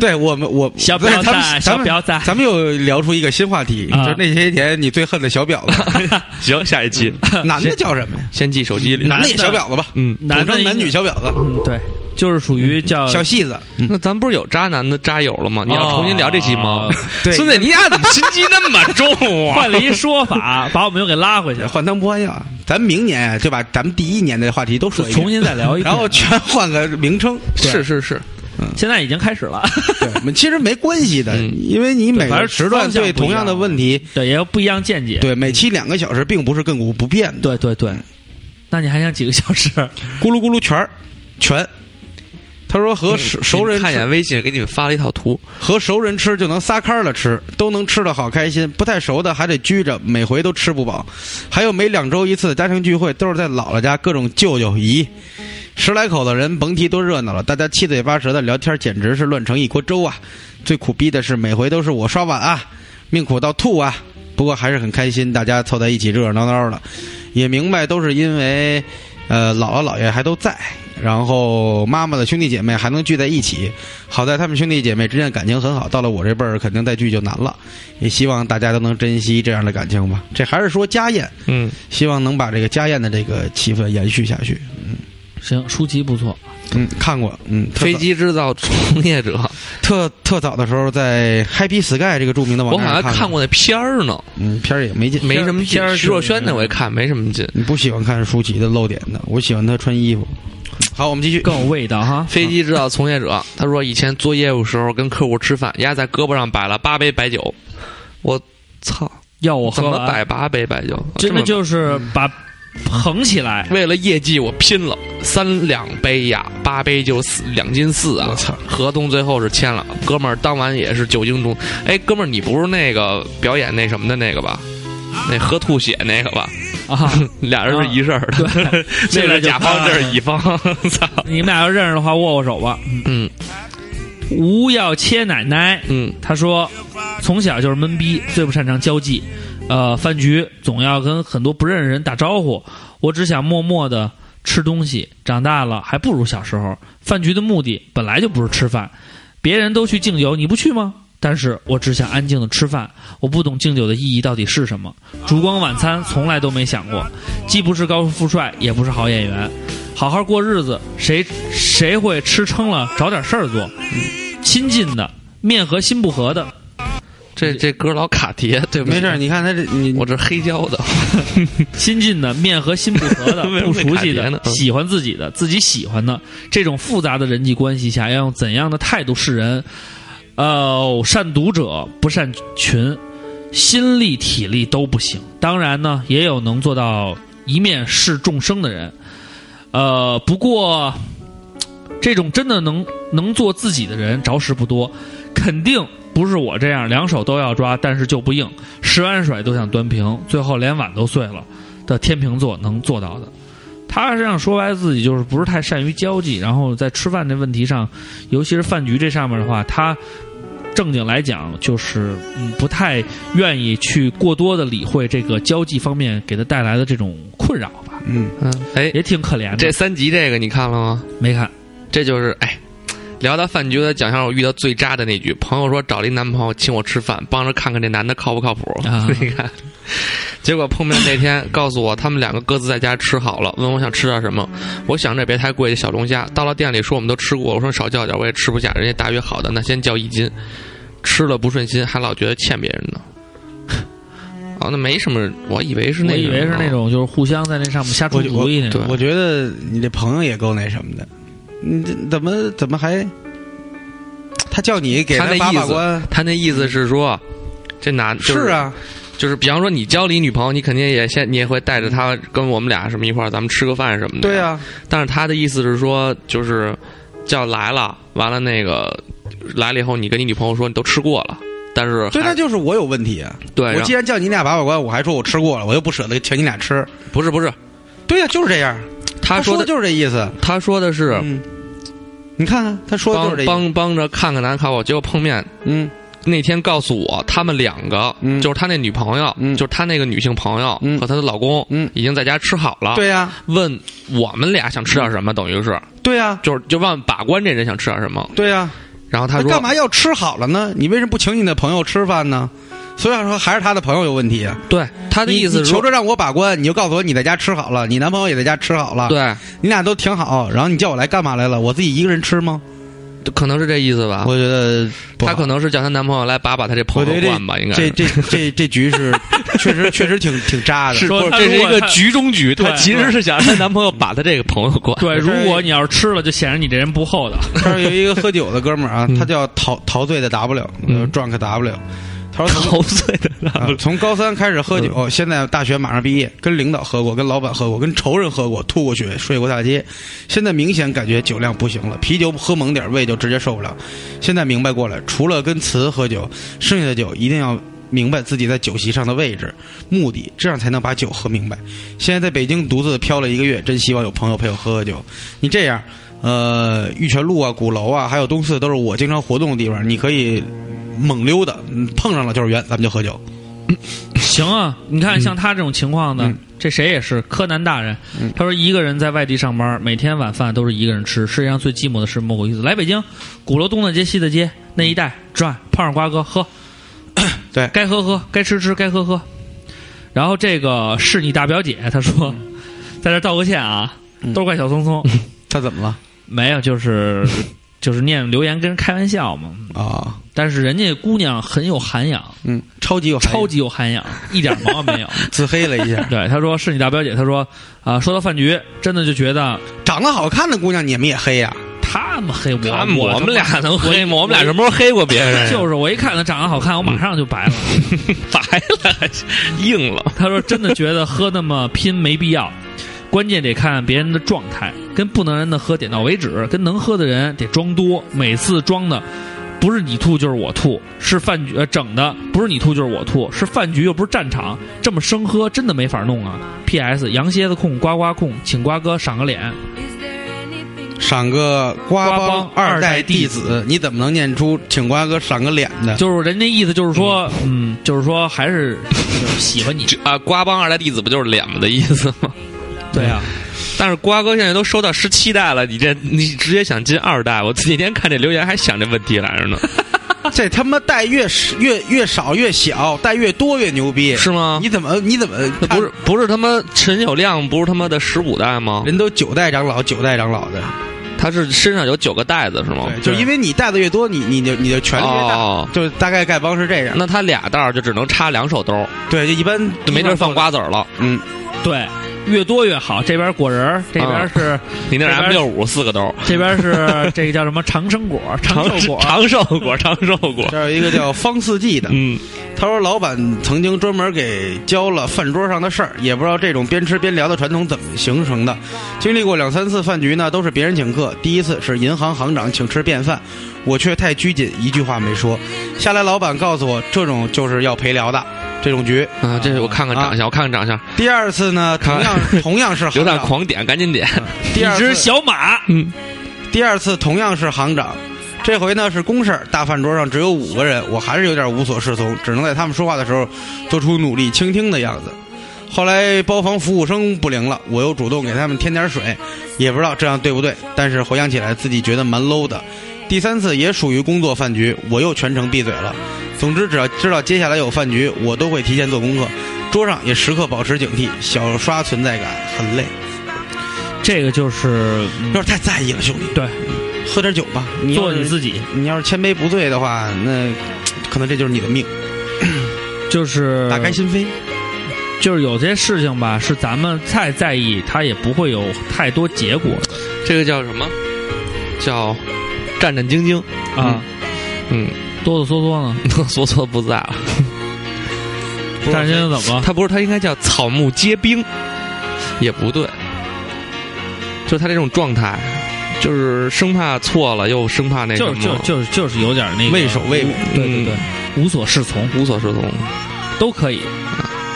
[SPEAKER 4] 对我们我
[SPEAKER 3] 小
[SPEAKER 4] 不是
[SPEAKER 3] 婊子
[SPEAKER 4] 咱们
[SPEAKER 3] 啊
[SPEAKER 4] 咱们
[SPEAKER 3] 小婊子
[SPEAKER 4] 咱们又聊出一个新话题，
[SPEAKER 3] 啊
[SPEAKER 4] 就是那些年你最恨的小婊子，
[SPEAKER 5] 行，下一期
[SPEAKER 4] 男的叫什么呀？
[SPEAKER 5] 先记手机里。
[SPEAKER 4] 男的也小婊子吧，
[SPEAKER 5] 嗯，
[SPEAKER 3] 男
[SPEAKER 4] 统
[SPEAKER 3] 的呃
[SPEAKER 4] 称男女小婊子，
[SPEAKER 3] 嗯，对，就是属于叫
[SPEAKER 4] 嗯小戏子。
[SPEAKER 5] 那咱不是有渣男的渣友了吗？你要重新聊这期 吗
[SPEAKER 3] 哦？
[SPEAKER 4] 对
[SPEAKER 5] 孙子，你俩怎么心机那么重 啊？
[SPEAKER 3] 换了一说法，把我们又给拉回去，
[SPEAKER 4] 换汤不换药，啊咱明年就把咱们第一年的话题都说一遍
[SPEAKER 3] 重新再聊一遍。啊
[SPEAKER 4] 然后全换个名称。
[SPEAKER 5] 是是是，
[SPEAKER 3] 现在已经开始了，
[SPEAKER 4] 对，我们其实没关系的，
[SPEAKER 5] 嗯
[SPEAKER 4] 因为你每
[SPEAKER 3] 反
[SPEAKER 4] 个
[SPEAKER 3] 正
[SPEAKER 4] 时段
[SPEAKER 3] 方向
[SPEAKER 4] 对
[SPEAKER 3] 不一
[SPEAKER 4] 同样的问题，
[SPEAKER 3] 对，也有不一样见解。
[SPEAKER 4] 对每期两个小时并不是亘古不变的。
[SPEAKER 3] 对对对，那你还想几个小时？
[SPEAKER 4] 咕噜咕噜全儿全。他说和熟熟人
[SPEAKER 5] 看一眼
[SPEAKER 4] 吃
[SPEAKER 5] 微信，给你们发了一套图。
[SPEAKER 4] 和熟人吃就能撒开儿了吃，都能吃的好开心。不太熟的还得拘着，每回都吃不饱。还有每两周一次的家庭聚会，都是在姥姥家各种舅舅姨，十来口的人甭提多热闹了。大家七嘴八舌的聊天，简直是乱成一锅粥啊！最苦逼的是每回都是我刷碗啊，命苦到吐啊。不过还是很开心，大家凑在一起热热闹闹的，也明白都是因为，呃，姥姥姥爷还都在，然后妈妈的兄弟姐妹还能聚在一起。好在他们兄弟姐妹之间感情很好，到了我这辈儿肯定再聚就难了。也希望大家都能珍惜这样的感情吧。这还是说家宴，
[SPEAKER 5] 嗯，
[SPEAKER 4] 希望能把这个家宴的这个气氛延续下去。
[SPEAKER 3] 行，舒淇不错，
[SPEAKER 4] 嗯，看过，嗯，特
[SPEAKER 5] 飞
[SPEAKER 4] 早
[SPEAKER 5] 机制造从业者，
[SPEAKER 4] 特特早的时候在 Happy Sky 这个著名的网
[SPEAKER 5] 我
[SPEAKER 4] 站
[SPEAKER 5] 好像
[SPEAKER 4] 上看
[SPEAKER 5] 看，过那片儿呢，
[SPEAKER 4] 嗯，片儿也没劲。
[SPEAKER 5] 没什么劲
[SPEAKER 3] 片。儿
[SPEAKER 5] 徐若瑄那我也看，没什么劲。
[SPEAKER 4] 你不喜欢看舒淇的露点的，我喜欢她穿衣服。好，我们继续。
[SPEAKER 3] 更有味道哈。啊
[SPEAKER 5] 飞机制造从业者，他说以前做业务时候跟客户吃饭，压在胳膊上摆了八杯白酒，我操，
[SPEAKER 3] 要我
[SPEAKER 5] 怎
[SPEAKER 3] 喝
[SPEAKER 5] 么
[SPEAKER 3] 完
[SPEAKER 5] 摆八杯白酒？
[SPEAKER 3] 真的
[SPEAKER 5] 这么
[SPEAKER 3] 就是把横起 来，
[SPEAKER 5] 为了业绩我拼了，三两杯呀，八杯就四两斤四啊！
[SPEAKER 4] 我操，
[SPEAKER 5] 合同最后是签了，哥们儿当晚也是酒精中，哎，哥们儿你不是那个表演那什么的那个吧？那喝吐血那个吧，
[SPEAKER 3] 啊！
[SPEAKER 5] 俩人是一事儿的，
[SPEAKER 3] 对
[SPEAKER 5] 那
[SPEAKER 3] 现在就
[SPEAKER 5] 是甲方，
[SPEAKER 3] 看
[SPEAKER 5] 这是乙方，操，
[SPEAKER 3] 你们俩要认识的话，握握手吧。
[SPEAKER 5] 嗯
[SPEAKER 3] 吴要切奶奶，
[SPEAKER 5] 嗯，
[SPEAKER 3] 她说从小就是闷逼，最不擅长交际，呃，饭局总要跟很多不认识人打招呼。我只想默默的吃东西，长大了还不如小时候。饭局的目的本来就不是吃饭，别人都去敬酒，你不去吗？但是我只想安静的吃饭，我不懂敬酒的意义到底是什么。烛光晚餐从来都没想过，既不是高富帅，也不是好演员。好好过日子，谁谁会吃撑了找点事儿做？新进的面和心不合的，
[SPEAKER 5] 这这歌老卡碟，对不起
[SPEAKER 4] 没事儿，你看他这你
[SPEAKER 5] 我这黑胶的，
[SPEAKER 3] 新进的面和心不合 的
[SPEAKER 5] 为什
[SPEAKER 3] 不
[SPEAKER 5] 么，
[SPEAKER 3] 熟悉
[SPEAKER 5] 卡碟呢
[SPEAKER 3] 的，
[SPEAKER 5] 嗯
[SPEAKER 3] 喜欢自己的，自己喜欢的，这种复杂的人际关系下，要用怎样的态度示人？呃，善独者不善群，心力体力都不行。当然呢，也有能做到一面视众生的人。呃，不过这种真的能能做自己的人着实不多，肯定不是我这样两手都要抓，但是就不硬，十碗水都想端平，最后连碗都碎了的天秤座能做到的。他这样说白了自己就是不是太善于交际，然后在吃饭这问题上，尤其是饭局这上面的话，他正经来讲就是嗯不太愿意去过多的理会这个交际方面给他带来的这种困扰吧，
[SPEAKER 4] 嗯，
[SPEAKER 5] 嗯，哎，
[SPEAKER 3] 也挺可怜的。
[SPEAKER 5] 这三集这个你看了吗？
[SPEAKER 3] 没看，
[SPEAKER 5] 这就是哎，聊到饭局，我讲一下我遇到最渣的那句。朋友说找了一男朋友请我吃饭，帮着看看这男的靠不靠谱。
[SPEAKER 3] 啊
[SPEAKER 5] 你看，结果碰面那天告诉我他们两个各自在家吃好了，问我想吃点什么。我想着也别太贵，小龙虾。到了店里说我们都吃过，我说少叫点，我也吃不下。人家大约好的，那先叫一斤。吃了不顺心，还老觉得欠别人呢。 哦，那没什么，我以为是那啊
[SPEAKER 3] 我
[SPEAKER 5] 种，
[SPEAKER 3] 以为是那种就是互相在那上面瞎出
[SPEAKER 4] 我
[SPEAKER 3] 主意那种。
[SPEAKER 4] 我觉得你这朋友也够那什么的，你这怎么怎么还？他叫你给
[SPEAKER 5] 他那
[SPEAKER 4] 把
[SPEAKER 5] 意
[SPEAKER 4] 把
[SPEAKER 5] 思
[SPEAKER 4] 关，
[SPEAKER 5] 他那意思是说，这男就是嗯
[SPEAKER 4] 是啊，
[SPEAKER 5] 就是比方说你交了一女朋友，你肯定也先你也会带着她跟我们俩什么一块儿，咱们吃个饭什么的。
[SPEAKER 4] 对。啊，
[SPEAKER 5] 但是他的意思是说，就是叫来了，完了那个来了以后，你跟你女朋友说你都吃过了，但是
[SPEAKER 4] 对，那
[SPEAKER 5] 还
[SPEAKER 4] 就是我有问题啊。
[SPEAKER 5] 对，
[SPEAKER 4] 我
[SPEAKER 5] 然后
[SPEAKER 4] 既然叫你俩把把关，我还说我吃过了，我又不舍得请你俩吃。
[SPEAKER 5] 不是不是，
[SPEAKER 4] 对呀、就是这样。
[SPEAKER 5] 他
[SPEAKER 4] 他
[SPEAKER 5] 说
[SPEAKER 4] 的
[SPEAKER 5] 的
[SPEAKER 4] 就是这意思。
[SPEAKER 5] 他说的是
[SPEAKER 4] 嗯，你看看他说的就是这
[SPEAKER 5] 帮
[SPEAKER 4] 意思。
[SPEAKER 5] 帮帮着看看男卡我，结果碰面
[SPEAKER 4] 嗯
[SPEAKER 5] 那天告诉我，他们两个、
[SPEAKER 4] 嗯
[SPEAKER 5] 就是他那女朋友，
[SPEAKER 4] 嗯
[SPEAKER 5] 就是他那个女性朋友、
[SPEAKER 4] 嗯
[SPEAKER 5] 和她的老公，
[SPEAKER 4] 嗯，
[SPEAKER 5] 已经在家吃好了。
[SPEAKER 4] 对，啊呀、
[SPEAKER 5] 问我们俩想吃点什么，等于是
[SPEAKER 4] 对呀、
[SPEAKER 5] 就是就问把关这人想吃点什么。
[SPEAKER 4] 对呀、
[SPEAKER 5] 然后他
[SPEAKER 4] 他
[SPEAKER 5] 说
[SPEAKER 4] 干嘛要吃好了呢？你为什么不请你的朋友吃饭呢？所以说还是他的朋友有问题啊。
[SPEAKER 5] 对他的意
[SPEAKER 4] 你
[SPEAKER 5] 思
[SPEAKER 4] 你
[SPEAKER 5] 是
[SPEAKER 4] 求
[SPEAKER 5] 说，
[SPEAKER 4] 着让我把关，你就告诉我你在家吃好了，你男朋友也在家吃好了，
[SPEAKER 5] 对，
[SPEAKER 4] 你俩都挺好，然后你叫我来干嘛来了？我自己一个人吃吗？
[SPEAKER 5] 可能是这意思吧。
[SPEAKER 4] 我觉得不好
[SPEAKER 5] 他可能是叫她男朋友来把把她这朋
[SPEAKER 4] 我觉
[SPEAKER 5] 友
[SPEAKER 4] 得这
[SPEAKER 5] 关吧，应该
[SPEAKER 4] 这
[SPEAKER 5] 是
[SPEAKER 4] 这这 这局是确实确实挺挺渣的，
[SPEAKER 5] 是
[SPEAKER 3] 说
[SPEAKER 5] 不是
[SPEAKER 3] 她
[SPEAKER 5] 这是
[SPEAKER 3] 如
[SPEAKER 5] 一
[SPEAKER 3] 果
[SPEAKER 5] 个
[SPEAKER 3] 她
[SPEAKER 5] 局中局，她
[SPEAKER 3] 对
[SPEAKER 5] 其实是想让她男朋友把她这个朋友关。
[SPEAKER 3] 对，如果你要是吃了，就显得你这人不厚道。
[SPEAKER 4] 这儿有一个喝酒的哥们儿啊，他叫陶陶醉的 W，呃
[SPEAKER 5] 嗯
[SPEAKER 4] ，drunk W。他说 从
[SPEAKER 5] 陶醉的
[SPEAKER 4] 啊从高三开始喝酒，呃哦现在大学马上毕业，跟领导喝过，跟老板喝过，跟仇人喝过，吐过血，睡过大街。现在明显感觉酒量不行了，啤酒喝猛点儿，胃就直接受不了。现在明白过来，除了跟词喝酒，剩下的酒一定要明白自己在酒席上的位置、目的，这样才能把酒喝明白。现在在北京独自飘了一个月，真希望有朋友陪我喝喝酒。你这样，呃，玉泉路啊、鼓楼啊，还有东四都是我经常活动的地方，你可以猛溜达，嗯碰上了就是缘，咱们就喝酒。
[SPEAKER 3] 行啊，你看像他这种情况呢，
[SPEAKER 4] 嗯
[SPEAKER 3] 这谁也是柯南大人。他说一个人在外地上班，每天晚饭都是一个人吃，世界上最寂寞的事莫过于此。来北京，鼓楼东大街、西大街那一带转，碰上瓜哥喝，
[SPEAKER 4] 对
[SPEAKER 3] 该喝喝，该吃吃，该喝喝。然后这个是你大表姐，她说
[SPEAKER 4] 嗯
[SPEAKER 3] 在这儿道个歉啊，都怪小聪聪，
[SPEAKER 4] 他怎么了？
[SPEAKER 3] 没有，就是 就是念留言跟人开玩笑嘛。
[SPEAKER 4] 啊，
[SPEAKER 3] 但是人家姑娘很有涵养，
[SPEAKER 4] 嗯，超级有涵养
[SPEAKER 3] 超级有涵养，一点毛病没有。
[SPEAKER 4] 自黑了一下，
[SPEAKER 3] 对，他说是你大表姐。他说啊、说到饭局，真的就觉得
[SPEAKER 4] 长得好看的姑娘你们也黑呀、
[SPEAKER 3] 他们黑我，
[SPEAKER 5] 他们
[SPEAKER 3] 我
[SPEAKER 5] 我们俩能黑吗？
[SPEAKER 3] 我
[SPEAKER 5] 我们俩什么时候黑过别人呀？
[SPEAKER 3] 就是我一看她长得好看，我马上就白了。
[SPEAKER 5] 白了， 还是硬了。
[SPEAKER 3] 他说真的觉得喝那么拼没必要，关键得看别人的状态，跟不能人的喝点到为止，跟能喝的人得装多，每次装的。不是你吐就是我吐，是饭局呃整的，不是你吐就是我吐，是饭局又不是战场，这么生喝真的没法弄啊。P.S. 羊蝎子控呱呱控，请瓜哥赏个脸。
[SPEAKER 4] 赏个瓜
[SPEAKER 3] 瓜
[SPEAKER 4] 帮
[SPEAKER 3] 帮
[SPEAKER 4] 二
[SPEAKER 3] 二
[SPEAKER 4] 代
[SPEAKER 3] 代
[SPEAKER 4] 弟
[SPEAKER 3] 弟
[SPEAKER 4] 子，你怎么能念出请瓜哥赏个脸呢？
[SPEAKER 3] 就是人家意思就是说，嗯，就是说还是就是喜欢你，
[SPEAKER 5] 这啊，瓜帮二代弟子不就是脸子的意思吗？
[SPEAKER 3] 对啊，
[SPEAKER 5] 但是瓜哥现在都收到十七代了，你这你直接想进二代？我那天看这留言还想这问题来着 呢，
[SPEAKER 4] 这他妈带越少越越少越小，带越多越牛逼，
[SPEAKER 5] 是吗
[SPEAKER 4] 你？怎么你怎么
[SPEAKER 5] 那不是不是他妈陈友谅不是他妈的十五代吗
[SPEAKER 4] 看？人都九代长老，九代长老的，
[SPEAKER 5] 他是身上有九个袋子是吗？
[SPEAKER 4] 就因为你带的越多，你你就你的权力越大，
[SPEAKER 5] 哦，
[SPEAKER 4] 就是大概丐帮是这样。
[SPEAKER 5] 那他俩袋儿就只能插两手兜儿，
[SPEAKER 4] 对，就一般
[SPEAKER 5] 就没地儿放，瓜子儿了。
[SPEAKER 4] 嗯，
[SPEAKER 3] 对，越多越好。这边果仁儿，这边
[SPEAKER 5] 啊
[SPEAKER 3] 是、
[SPEAKER 5] 你那
[SPEAKER 3] 这
[SPEAKER 5] M
[SPEAKER 3] 边
[SPEAKER 5] 六五四个兜儿，
[SPEAKER 3] 这边 是这个叫什么长生果、长寿果。
[SPEAKER 5] 长寿果，长寿果。
[SPEAKER 4] 这儿有一个叫方四季的，
[SPEAKER 5] 嗯，
[SPEAKER 4] 他说老板曾经专门给教了饭桌上的事儿，也不知道这种边吃边聊的传统怎么形成的。经历过两三次饭局呢，都是别人请客。第一次是银行行长请吃便饭，我却太拘谨，一句话没说。下来，老板告诉我，这种就是要陪聊的这种局。
[SPEAKER 5] 啊，这是我看看长相，我看看长相，
[SPEAKER 4] 第二次呢，同 样同样是
[SPEAKER 5] 有
[SPEAKER 4] 行
[SPEAKER 5] 点
[SPEAKER 4] 长，
[SPEAKER 5] 狂点，赶紧点。
[SPEAKER 4] 第二
[SPEAKER 3] 一只
[SPEAKER 4] 次
[SPEAKER 3] 小马，
[SPEAKER 4] 第二次同样是行长，这回呢是公事儿。大饭桌上只有五个人，我还是有点无所适从，只能在他们说话的时候做出努力倾听的样子。后来包房服务生不灵了，我又主动给他们添点水，也不知道这样对不对。但是回想起来，自己觉得蛮 low 的。第三次也属于工作饭局，我又全程闭嘴了。总之，只要知道接下来有饭局，我都会提前做功课，桌上也时刻保持警惕，小刷存在感很累。
[SPEAKER 3] 这个就是、嗯
[SPEAKER 4] 有点太在意了，兄弟。
[SPEAKER 3] 对，
[SPEAKER 4] 喝点酒吧，你要
[SPEAKER 3] 做
[SPEAKER 4] 是
[SPEAKER 3] 你自己。
[SPEAKER 4] 你要是千杯不醉的话，那可能这就是你的命。
[SPEAKER 3] 就是
[SPEAKER 4] 打开心扉，
[SPEAKER 3] 就是有些事情吧，是咱们太在意，它也不会有太多结果的
[SPEAKER 5] 这个叫什么？叫战战兢兢，
[SPEAKER 3] 啊。
[SPEAKER 5] 嗯，
[SPEAKER 3] 哆哆嗦嗦呢，
[SPEAKER 5] 所措不在了。
[SPEAKER 3] 但是现在怎么了？
[SPEAKER 5] 啊他不是，他应该叫草木皆兵，也不对。就他这种状态，就是生怕错了，又生怕那什
[SPEAKER 3] 就
[SPEAKER 5] 么，
[SPEAKER 3] 是就是就是就是有点那个
[SPEAKER 4] 畏首畏尾。
[SPEAKER 3] 对对对，无所适从
[SPEAKER 5] 无所适从。
[SPEAKER 3] 都可以。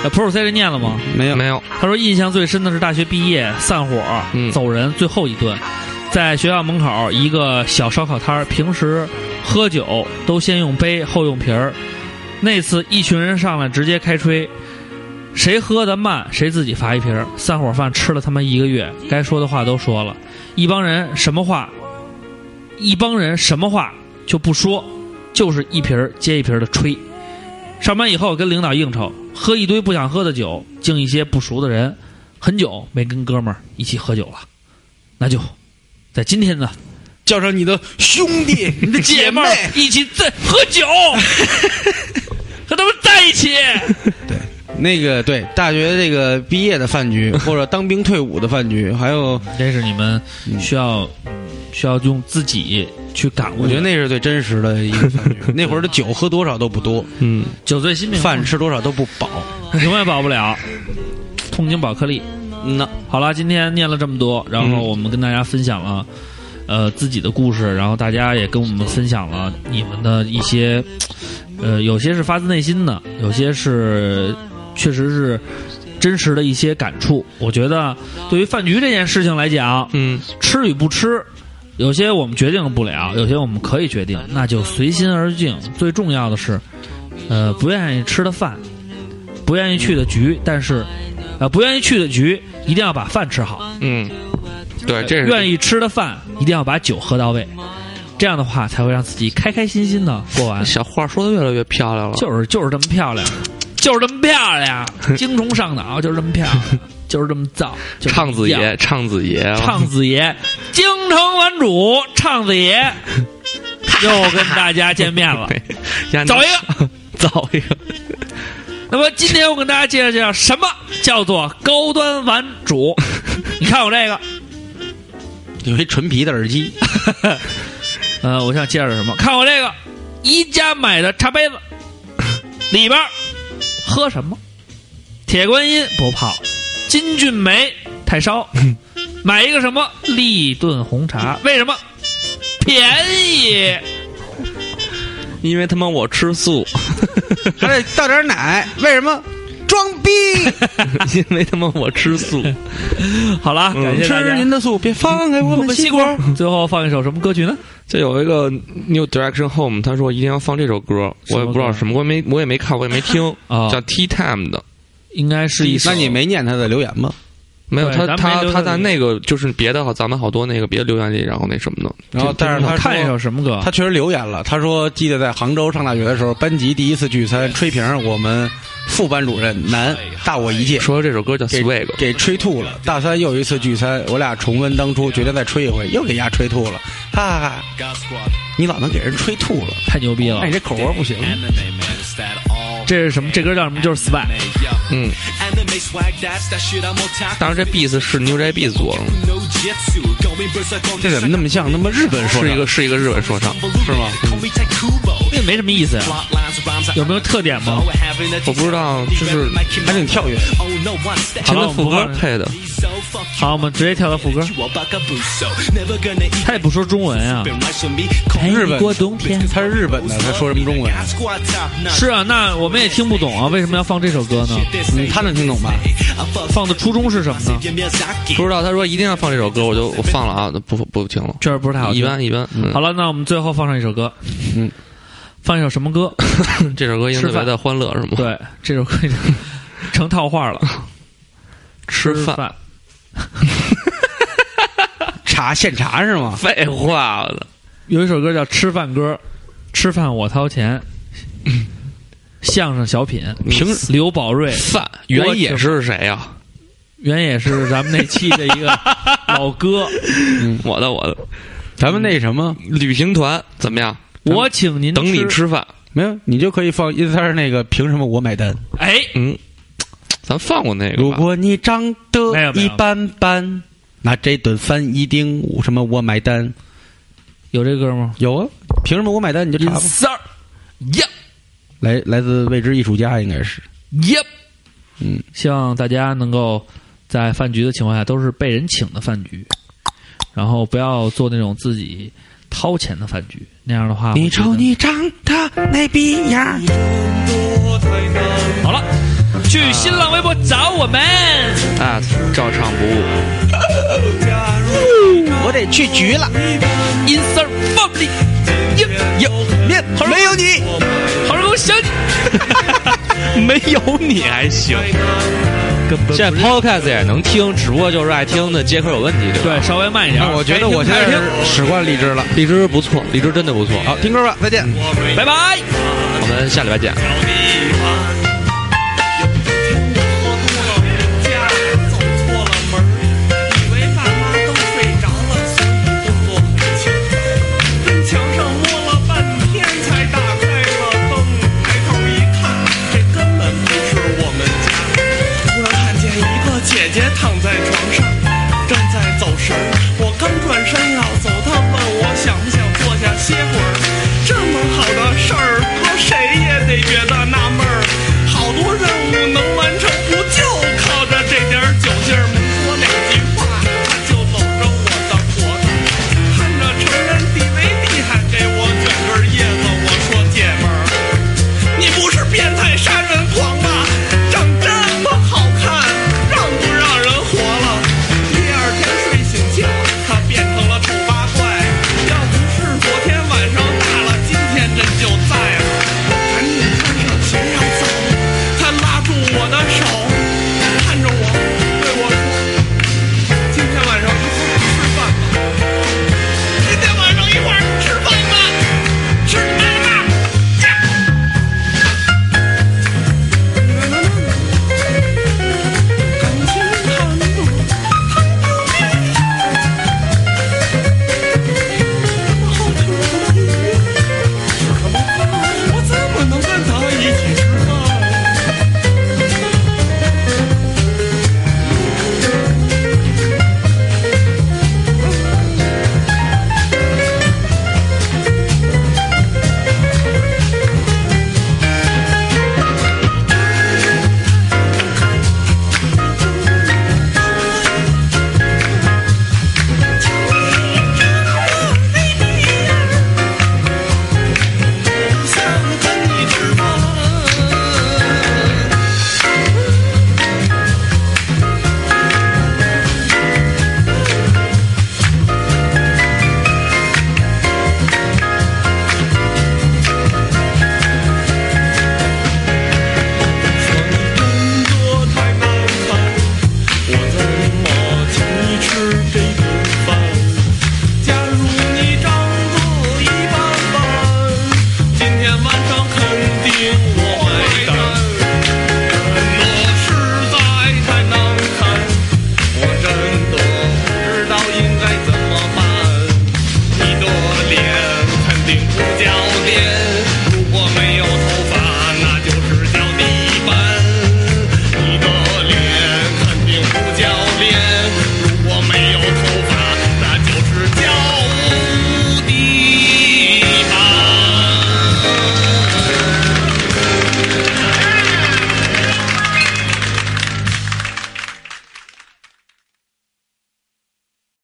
[SPEAKER 3] 呃，Pro C 念了吗？
[SPEAKER 4] 没有
[SPEAKER 5] 没有，
[SPEAKER 3] 他说印象最深的是大学毕业散伙、
[SPEAKER 5] 嗯
[SPEAKER 3] 走人最后一顿，在学校门口一个小烧烤摊儿，平时喝酒都先用杯后用瓶儿，那次一群人上来直接开吹。谁喝的慢，谁自己罚一瓶儿。散伙饭吃了他妈一个月，该说的话都说了，一帮人什么话，一帮人什么话就不说，就是一瓶儿接一瓶儿的吹。上班以后跟领导应酬，喝一堆不想喝的酒，敬一些不熟的人，很久没跟哥们儿一起喝酒了，那就在今天呢，
[SPEAKER 4] 叫上你的兄 弟、 你 的姐妹
[SPEAKER 3] 妹，儿一起在喝 酒，和他们在一起。
[SPEAKER 4] 那个对，大学这个毕业的饭 局，或者当兵退伍的饭局，还有
[SPEAKER 3] 这是你们需要、需要用自己去感悟的。
[SPEAKER 4] 我觉得那是最真实的一个饭局。 那会儿的酒喝多少都不多，
[SPEAKER 5] 嗯，
[SPEAKER 3] 酒醉心平，
[SPEAKER 4] 饭吃多少都不饱。
[SPEAKER 3] 永远饱不 了，痛经宝颗粒。
[SPEAKER 4] 嗯呐，
[SPEAKER 3] 好啦，今天念了这么多，然后
[SPEAKER 5] 嗯
[SPEAKER 3] 我们跟大家分享了，呃，自己的故事，然后大家也跟我们分享了你们的一些，呃，有些是发自内心的，有些是确实是真实的一些感触。我觉得对于饭局这件事情来讲，
[SPEAKER 5] 嗯，
[SPEAKER 3] 吃与不吃。有些我们决定不了，有些我们可以决定，那就随心而定。最重要的是，呃，不愿意吃的饭，不愿意去的局，但是，呃，不愿意去的局一定要把饭吃好，
[SPEAKER 5] 嗯，对，这是
[SPEAKER 3] 愿意吃的饭一定要把酒喝到位，这样的话才会让自己开开心心的过 完。
[SPEAKER 5] 小话说的越来越漂亮了。
[SPEAKER 3] 就是就是这么漂亮，就是这么漂 亮，精虫上脑，就是这么漂亮，就是这么造，就是这么
[SPEAKER 5] 唱子
[SPEAKER 3] 样
[SPEAKER 5] 爷，唱子爷，
[SPEAKER 3] 唱子爷，京城玩主唱子 爷，又跟大家见面 了，
[SPEAKER 5] 呀，
[SPEAKER 3] 走一个。
[SPEAKER 5] 走一个，
[SPEAKER 3] 那么今天我跟大家介绍介绍什么叫做高端玩 主。你看我这个，
[SPEAKER 4] 有一纯皮的耳机，
[SPEAKER 3] 呃，我想介绍什么？看我这个，宜家买的茶 杯子，里边儿喝什么？铁观音不泡，金骏眉太 烧，买一个什么立顿红茶？为什么？便宜。
[SPEAKER 5] 因为他妈我吃素，
[SPEAKER 4] 还得倒点奶。为什么？装逼！
[SPEAKER 5] 因为他妈我吃 素，
[SPEAKER 3] 好了， 感谢大
[SPEAKER 4] 嗯吃
[SPEAKER 3] 家。
[SPEAKER 4] 您的素，别放开我
[SPEAKER 3] 我
[SPEAKER 4] 们
[SPEAKER 3] 们
[SPEAKER 4] 西
[SPEAKER 3] 西
[SPEAKER 4] 瓜。
[SPEAKER 3] 瓜。最后放一首什么歌曲呢？
[SPEAKER 5] 这有一个 New Direction Home，他说一定要放这首歌，
[SPEAKER 3] 什
[SPEAKER 5] 我
[SPEAKER 3] 么
[SPEAKER 5] 也不知道
[SPEAKER 3] 歌
[SPEAKER 5] 什么，我也没我也没看，我也没 听，
[SPEAKER 3] 啊
[SPEAKER 5] 叫 Tea Time 的，
[SPEAKER 3] 应该是一首。
[SPEAKER 4] 那你没念他的留言吗？
[SPEAKER 5] 没有
[SPEAKER 3] 对
[SPEAKER 5] 他
[SPEAKER 3] 咱们没
[SPEAKER 5] 他
[SPEAKER 3] 留
[SPEAKER 5] 他
[SPEAKER 3] 下
[SPEAKER 5] 在那个就是别的好，咱们好多那个别的留言里，然后那什么的，
[SPEAKER 4] 然后，但是他
[SPEAKER 3] 我看一
[SPEAKER 4] 说
[SPEAKER 3] 首什么歌？
[SPEAKER 4] 他确实留言了，他说记得在杭州上大学的时候，班级第一次聚餐，吹瓶，我们副班主任男大我一届，
[SPEAKER 5] 说这首歌叫
[SPEAKER 4] 给
[SPEAKER 5] Swag，
[SPEAKER 4] 给吹吐了。大三又一次聚餐，我俩重温当初，决定再吹一回，又给丫吹吐了，哈哈哈！你老能给人吹吐了，哎
[SPEAKER 3] 太牛逼了
[SPEAKER 4] 那你！这口活不行。
[SPEAKER 6] Anime man, it's that all
[SPEAKER 3] 这是什么？这歌叫什么？就是 Spy。
[SPEAKER 5] 嗯，当然这 beats 是牛宅 beats 做的，
[SPEAKER 4] 这怎么那么像那么日本说
[SPEAKER 5] 是一个是一个日本说唱，
[SPEAKER 4] 是
[SPEAKER 3] uh,
[SPEAKER 4] 吗？
[SPEAKER 3] 那没什么意思呀、有没有特点吗？
[SPEAKER 5] 我不知
[SPEAKER 3] uh,
[SPEAKER 5] 道，就是
[SPEAKER 4] 还挺跳跃。
[SPEAKER 6] Oh,
[SPEAKER 3] 好
[SPEAKER 5] 它跟
[SPEAKER 3] 了
[SPEAKER 5] 副
[SPEAKER 3] 我
[SPEAKER 5] 歌
[SPEAKER 3] 们不
[SPEAKER 5] 配的，
[SPEAKER 3] 好，我们直接跳到副歌。他也不说中文啊。
[SPEAKER 4] 日本
[SPEAKER 3] 过哎冬天
[SPEAKER 4] 他是日本的，他说什么中文？
[SPEAKER 3] uh, 是啊，那我们也听不懂啊，为什么要放这首歌呢？
[SPEAKER 4] 嗯，他能听懂吧？
[SPEAKER 3] 放的初衷是什么呢？
[SPEAKER 5] 不知道他说一定要放这首歌，我就我放了啊，不不听了，
[SPEAKER 3] 确实不是太好听。
[SPEAKER 5] 一般一般。嗯
[SPEAKER 3] 好了，那我们最后放上一首歌，
[SPEAKER 5] 嗯，
[SPEAKER 3] 放一首什么 歌？
[SPEAKER 5] 这首歌应该特别的欢乐是吗？，
[SPEAKER 3] 对，这首歌已经成套话 了。
[SPEAKER 5] 吃
[SPEAKER 3] 吃
[SPEAKER 5] 饭。
[SPEAKER 3] 饭，
[SPEAKER 4] 查现查是吗？
[SPEAKER 5] 废话我操
[SPEAKER 3] 有一首歌叫《吃饭歌》，吃饭我掏钱。相声小品，
[SPEAKER 5] 凭
[SPEAKER 3] 刘宝瑞，
[SPEAKER 5] 饭原野是谁啊呀、
[SPEAKER 3] 原也是咱们那期的一个老哥。
[SPEAKER 4] 嗯
[SPEAKER 5] 我的我的
[SPEAKER 4] 咱们那什么
[SPEAKER 5] 旅行团怎么样？
[SPEAKER 3] 我请您
[SPEAKER 5] 等你，吃饭。
[SPEAKER 4] 没有，你就可以放一三儿那个凭什么我买单？
[SPEAKER 3] 哎，
[SPEAKER 5] 嗯，咱放过那个吧。
[SPEAKER 4] 如果你长
[SPEAKER 3] 没有
[SPEAKER 4] 得
[SPEAKER 3] 没有
[SPEAKER 4] 一般般，那这顿饭一定我什么我买单。
[SPEAKER 3] 有这歌吗？
[SPEAKER 4] 有啊，凭什么我买单？你就查吧。
[SPEAKER 3] 三儿
[SPEAKER 5] 耶
[SPEAKER 4] 来来自未知艺术家应该是
[SPEAKER 5] 耶，
[SPEAKER 4] 嗯
[SPEAKER 3] 希望大家能够在饭局的情况下都是被人请的饭局，然后不要做那种自己掏钱的饭局，那样的话，
[SPEAKER 4] 你
[SPEAKER 3] 我觉得
[SPEAKER 4] 瞅你长得那逼样儿。
[SPEAKER 3] 好了，去新浪微博找我们，
[SPEAKER 5] 啊，照常不 误。
[SPEAKER 4] 我得去局了。Insert family，有面没有你，
[SPEAKER 3] 好人我想你，
[SPEAKER 5] 没有你还行。现在 podcast 也能听，只不过就是爱听的接口有问题，对吧？
[SPEAKER 3] 对，稍微慢一点，
[SPEAKER 4] 我觉得我现在是使惯荔枝了。
[SPEAKER 5] 荔枝不错，荔枝真的不错。好，
[SPEAKER 4] 听歌吧，再见。
[SPEAKER 3] 拜拜。
[SPEAKER 5] 我们下礼拜见。
[SPEAKER 6] 你